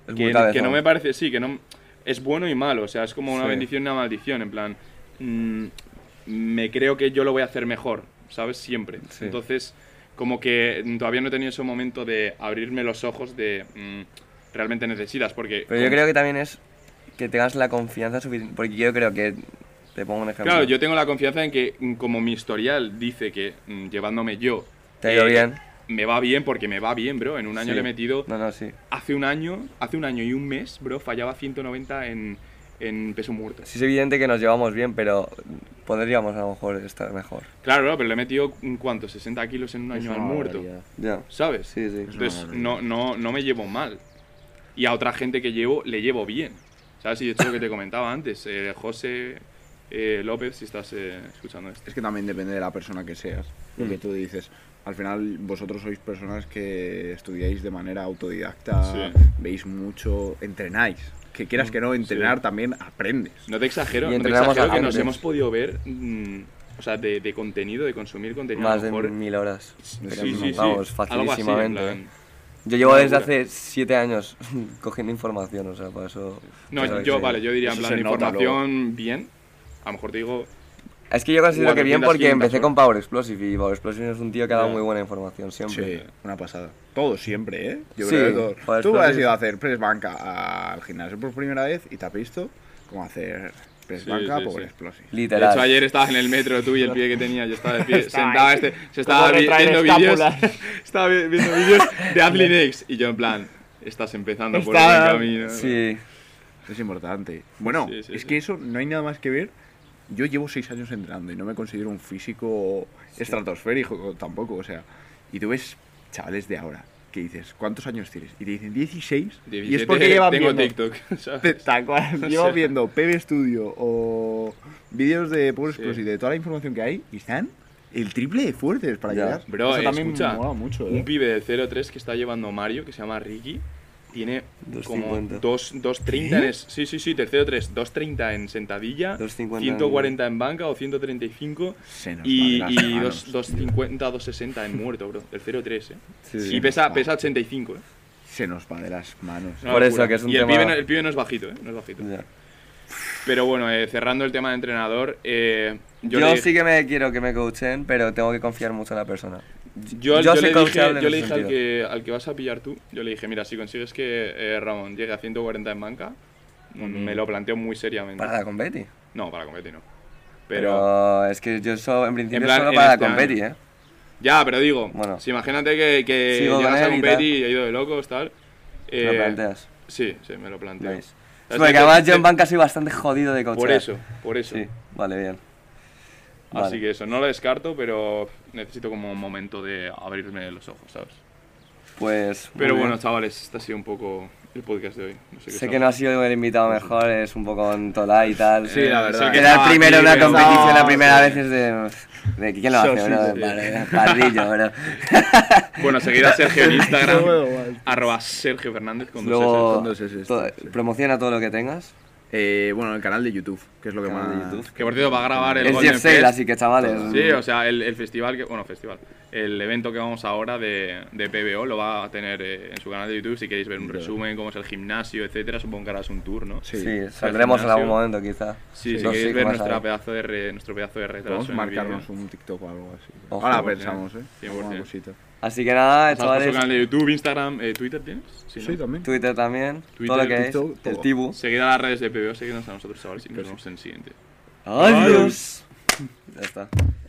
C: Es muy
A: que, que
C: cabezón.
A: no me parece, sí, que no... Es bueno y malo, o sea, es como una
C: Sí.
A: bendición y una maldición, en plan... mm, me creo que yo lo voy a hacer mejor, ¿sabes? Siempre.
C: Sí.
A: Entonces, como que mm, todavía no he tenido ese momento de abrirme los ojos de... mm, realmente necesitas, porque...
C: Pero yo creo que también es que tengas la confianza suficiente, porque yo creo que, te pongo un ejemplo.
A: Claro, yo tengo la confianza en que mm, como mi historial dice que mm, llevándome yo...
C: Te ha ido
A: eh,
C: bien.
A: Me va bien porque me va bien, bro. En un año
C: Sí.
A: le he metido...
C: No, no, sí.
A: Hace un año, hace un año y un mes, bro, fallaba 190 en, en peso muerto.
C: Sí es evidente que nos llevamos bien, pero podríamos a lo mejor estar mejor.
A: Claro, bro, pero le he metido, mm, ¿cuánto? 60 kilos en un
J: es
A: año
J: una
A: al muerto.
J: barbaridad.
C: Ya.
A: ¿Sabes?
C: Sí, sí.
A: Entonces, no, no, no me llevo mal. Y a otra gente que llevo, le llevo bien. ¿Sabes? Y esto es lo que te comentaba antes. eh, José eh, López, si estás eh, escuchando esto.
B: Es que también depende de la persona que seas, lo
J: Mm.
B: que tú dices. Al final vosotros sois personas que estudiáis de manera autodidacta,
A: Sí. Mm,
B: veis mucho, entrenáis. Que quieras que no, entrenar también aprendes.
A: No te exagero,
C: Y
A: no te
C: entrenamos
A: exagero
C: a
A: que nos
C: gente.
A: hemos podido ver, mm, o sea, de, de contenido, de consumir contenido. a
C: Más
A: lo
C: de
A: mejor.
C: mil horas.
A: Sí,
C: Pero,
A: sí, sí.
C: vamos,
A: Algo así, en
C: facilísimamente.
A: plan.
C: ¿eh? Yo llevo
A: Una
C: desde
A: locura.
C: hace siete años cogiendo información, o sea, para eso...
A: No,
C: para saber
A: yo,
C: que-
A: vale, yo diría, en
B: Eso
A: plan,
B: se
A: de
B: nota
A: información bien. A lo mejor te digo,
C: Es que yo considero que bien porque
A: 400
C: empecé
A: horas.
C: con Power Explosive y Power Explosive es un tío que ha dado
A: Ya.
C: muy buena información siempre.
B: Sí, una pasada. Todo siempre, ¿eh? Yo
C: Sí,
B: creo que todo.
C: joder,
B: Tú
C: pero
B: has
C: sí.
B: ido a hacer press banca al gimnasio por primera vez y te has visto cómo hacer press
A: Sí,
B: banca
A: sí, sí.
B: por explosive.
C: Literal.
A: De hecho, ayer estabas en el metro tú y el pie que tenía, yo estaba de pie, sentado,
J: ahí.
A: este, se estaba vi-
J: retraer
A: viendo vídeos.
J: escápulas.
A: estaba vi- viendo vídeos de Adlin X. Y yo, en plan, estás empezando por el
J: Estaba-
A: buen camino.
C: Sí,
B: Es importante. Bueno,
A: Sí, sí,
B: es
A: sí.
B: que eso no hay nada más que ver. Yo llevo seis años entrenando y no me considero un físico estratosférico tampoco, o sea. Y tú ves chavales de ahora que dices, ¿cuántos años tienes? Y te dicen 16. y es
A: 17
B: porque llevan
A: tengo
B: viendo,
A: TikTok. ¿sabes?
B: te- tal cual, llevo viendo PB Studio o vídeos de Power Explosive, de toda la información que hay, y están el triple de fuertes para
C: Ya.
B: llegar.
A: Bro,
B: eso también
A: escucha,
B: mola mucho, ¿eh?
A: un pibe del 03 que está llevando Mario, que se llama Ricky, tiene como
C: 2.50.
A: 2- 2.30 en... es- Sí, sí, sí, tercero 3, 2.30 en sentadilla,
C: 2.50 en-
A: 140 en banca o 135
B: Se nos va de
A: y,
B: las
A: y
B: manos,
A: dos- 2.50, 2.60 en muerto, bro. Tercero 3, eh.
C: sí,
A: y
C: sí.
A: pesa,
B: va.
A: pesa 85, eh.
B: Se nos va de las manos.
A: Una
C: Por eso,
A: locura.
C: que es un
A: y el
C: tema-
A: pibe, no, el pibe no es bajito, eh. No es bajito.
C: Ya.
A: Pero bueno, eh, cerrando el tema de entrenador, eh,
C: Yo,
A: yo, le-
C: sí que me quiero que me coachen, pero tengo que confiar mucho en la persona.
A: Yo,
C: Yo
A: yo
C: soy
A: le dije,
C: confiable en
A: yo le
C: ese
A: dije al,
C: sentido.
A: que, al que vas a pillar tú, yo le dije, mira, si consigues que eh, Ramón llegue a 140 en banca, mm, me lo planteo muy seriamente.
C: Mm. Para la competi.
A: No, para competir no.
C: Pero,
A: Pero.
C: es que yo so- en principio
A: En plan,
C: solo
A: en
C: para
A: este
C: la competi,
A: año.
C: ¿eh?
A: Ya, pero digo,
C: Bueno.
A: si imagínate que, que
C: Sigo con
A: llegas a
C: él y
A: competir
C: tal.
A: y he ido de locos, tal.
C: Te
A: Eh,
C: Lo planteas.
A: Sí, sí, me lo planteo.
C: Nice.
A: Así
C: Porque
A: que-
C: además yo
A: te-
C: en banca soy bastante jodido de coachar.
A: Por eso, por eso.
C: Sí, vale, bien.
A: Así
C: Vale.
A: que eso, no lo descarto, pero necesito como un momento de abrirme los ojos, ¿sabes?
C: Pues. muy
A: Pero
C: bien.
A: bueno, chavales, este ha sido un poco el podcast de hoy. No sé qué
C: Sé
A: os
C: que no ha sido el invitado mejor, es un poco tolá y tal.
A: Sí, la verdad.
C: Que era el
A: Ah,
C: primero
A: sí,
C: en una
A: pero-
C: competición, la
A: No,
C: primera vez es de. de ¿Quién lo hace?
A: Sí,
C: bro?
A: sí, sí.
C: Vale, Padrillo, bro.
A: ha- Bueno, seguid a Sergio en
G: No
A: Instagram,
G: veo mal.
A: arroba Sergio Fernández con dos
C: Luego,
B: con dos Ss,
C: todo-
B: sí.
C: promociona todo lo que tengas.
B: Eh, bueno, el canal de YouTube, que es lo que
C: Canal de
B: más.
C: YouTube.
A: Ses. Que por cierto va a grabar el
C: es
A: Golden
C: Jeff Sale,
A: Fest.
C: así que chavales. mm,
A: Sí, o sea, el, el festival, que, bueno, festival, el evento que vamos ahora de, de PBO lo va a tener eh, en su canal de YouTube si queréis ver un resumen, cómo es el gimnasio, etcétera. Supongo que harás un tour, ¿no?
C: sí, saldremos en
A: gimnasio.
C: algún momento, quizá.
A: Sí, si
C: No sé
A: queréis
C: qué
A: ver
C: más
A: nuestra
C: hay.
A: pedazo de re- nuestro pedazo de
B: Podemos
A: retraso en el
B: marcarnos
A: vídeo.
B: un TikTok o algo así.
C: Ojo,
B: Ahora
A: porque-
B: pensamos, ¿eh?
A: 100%.
B: Alguna cosita.
C: Así que
A: Pasad
C: nada,
A: por su
C: chavales.
A: canal de YouTube, Instagram, eh, Twitter tienes? Sí, ¿no?
B: Sí, también.
C: Twitter también.
A: Twitter,
C: todo lo que
B: TikTok,
C: es.
B: todo.
C: El Tibu.
A: Seguid a las redes de PBO, seguidnos a nosotros, chavales, y nos vemos en el siguiente.
C: Adiós. Ya está.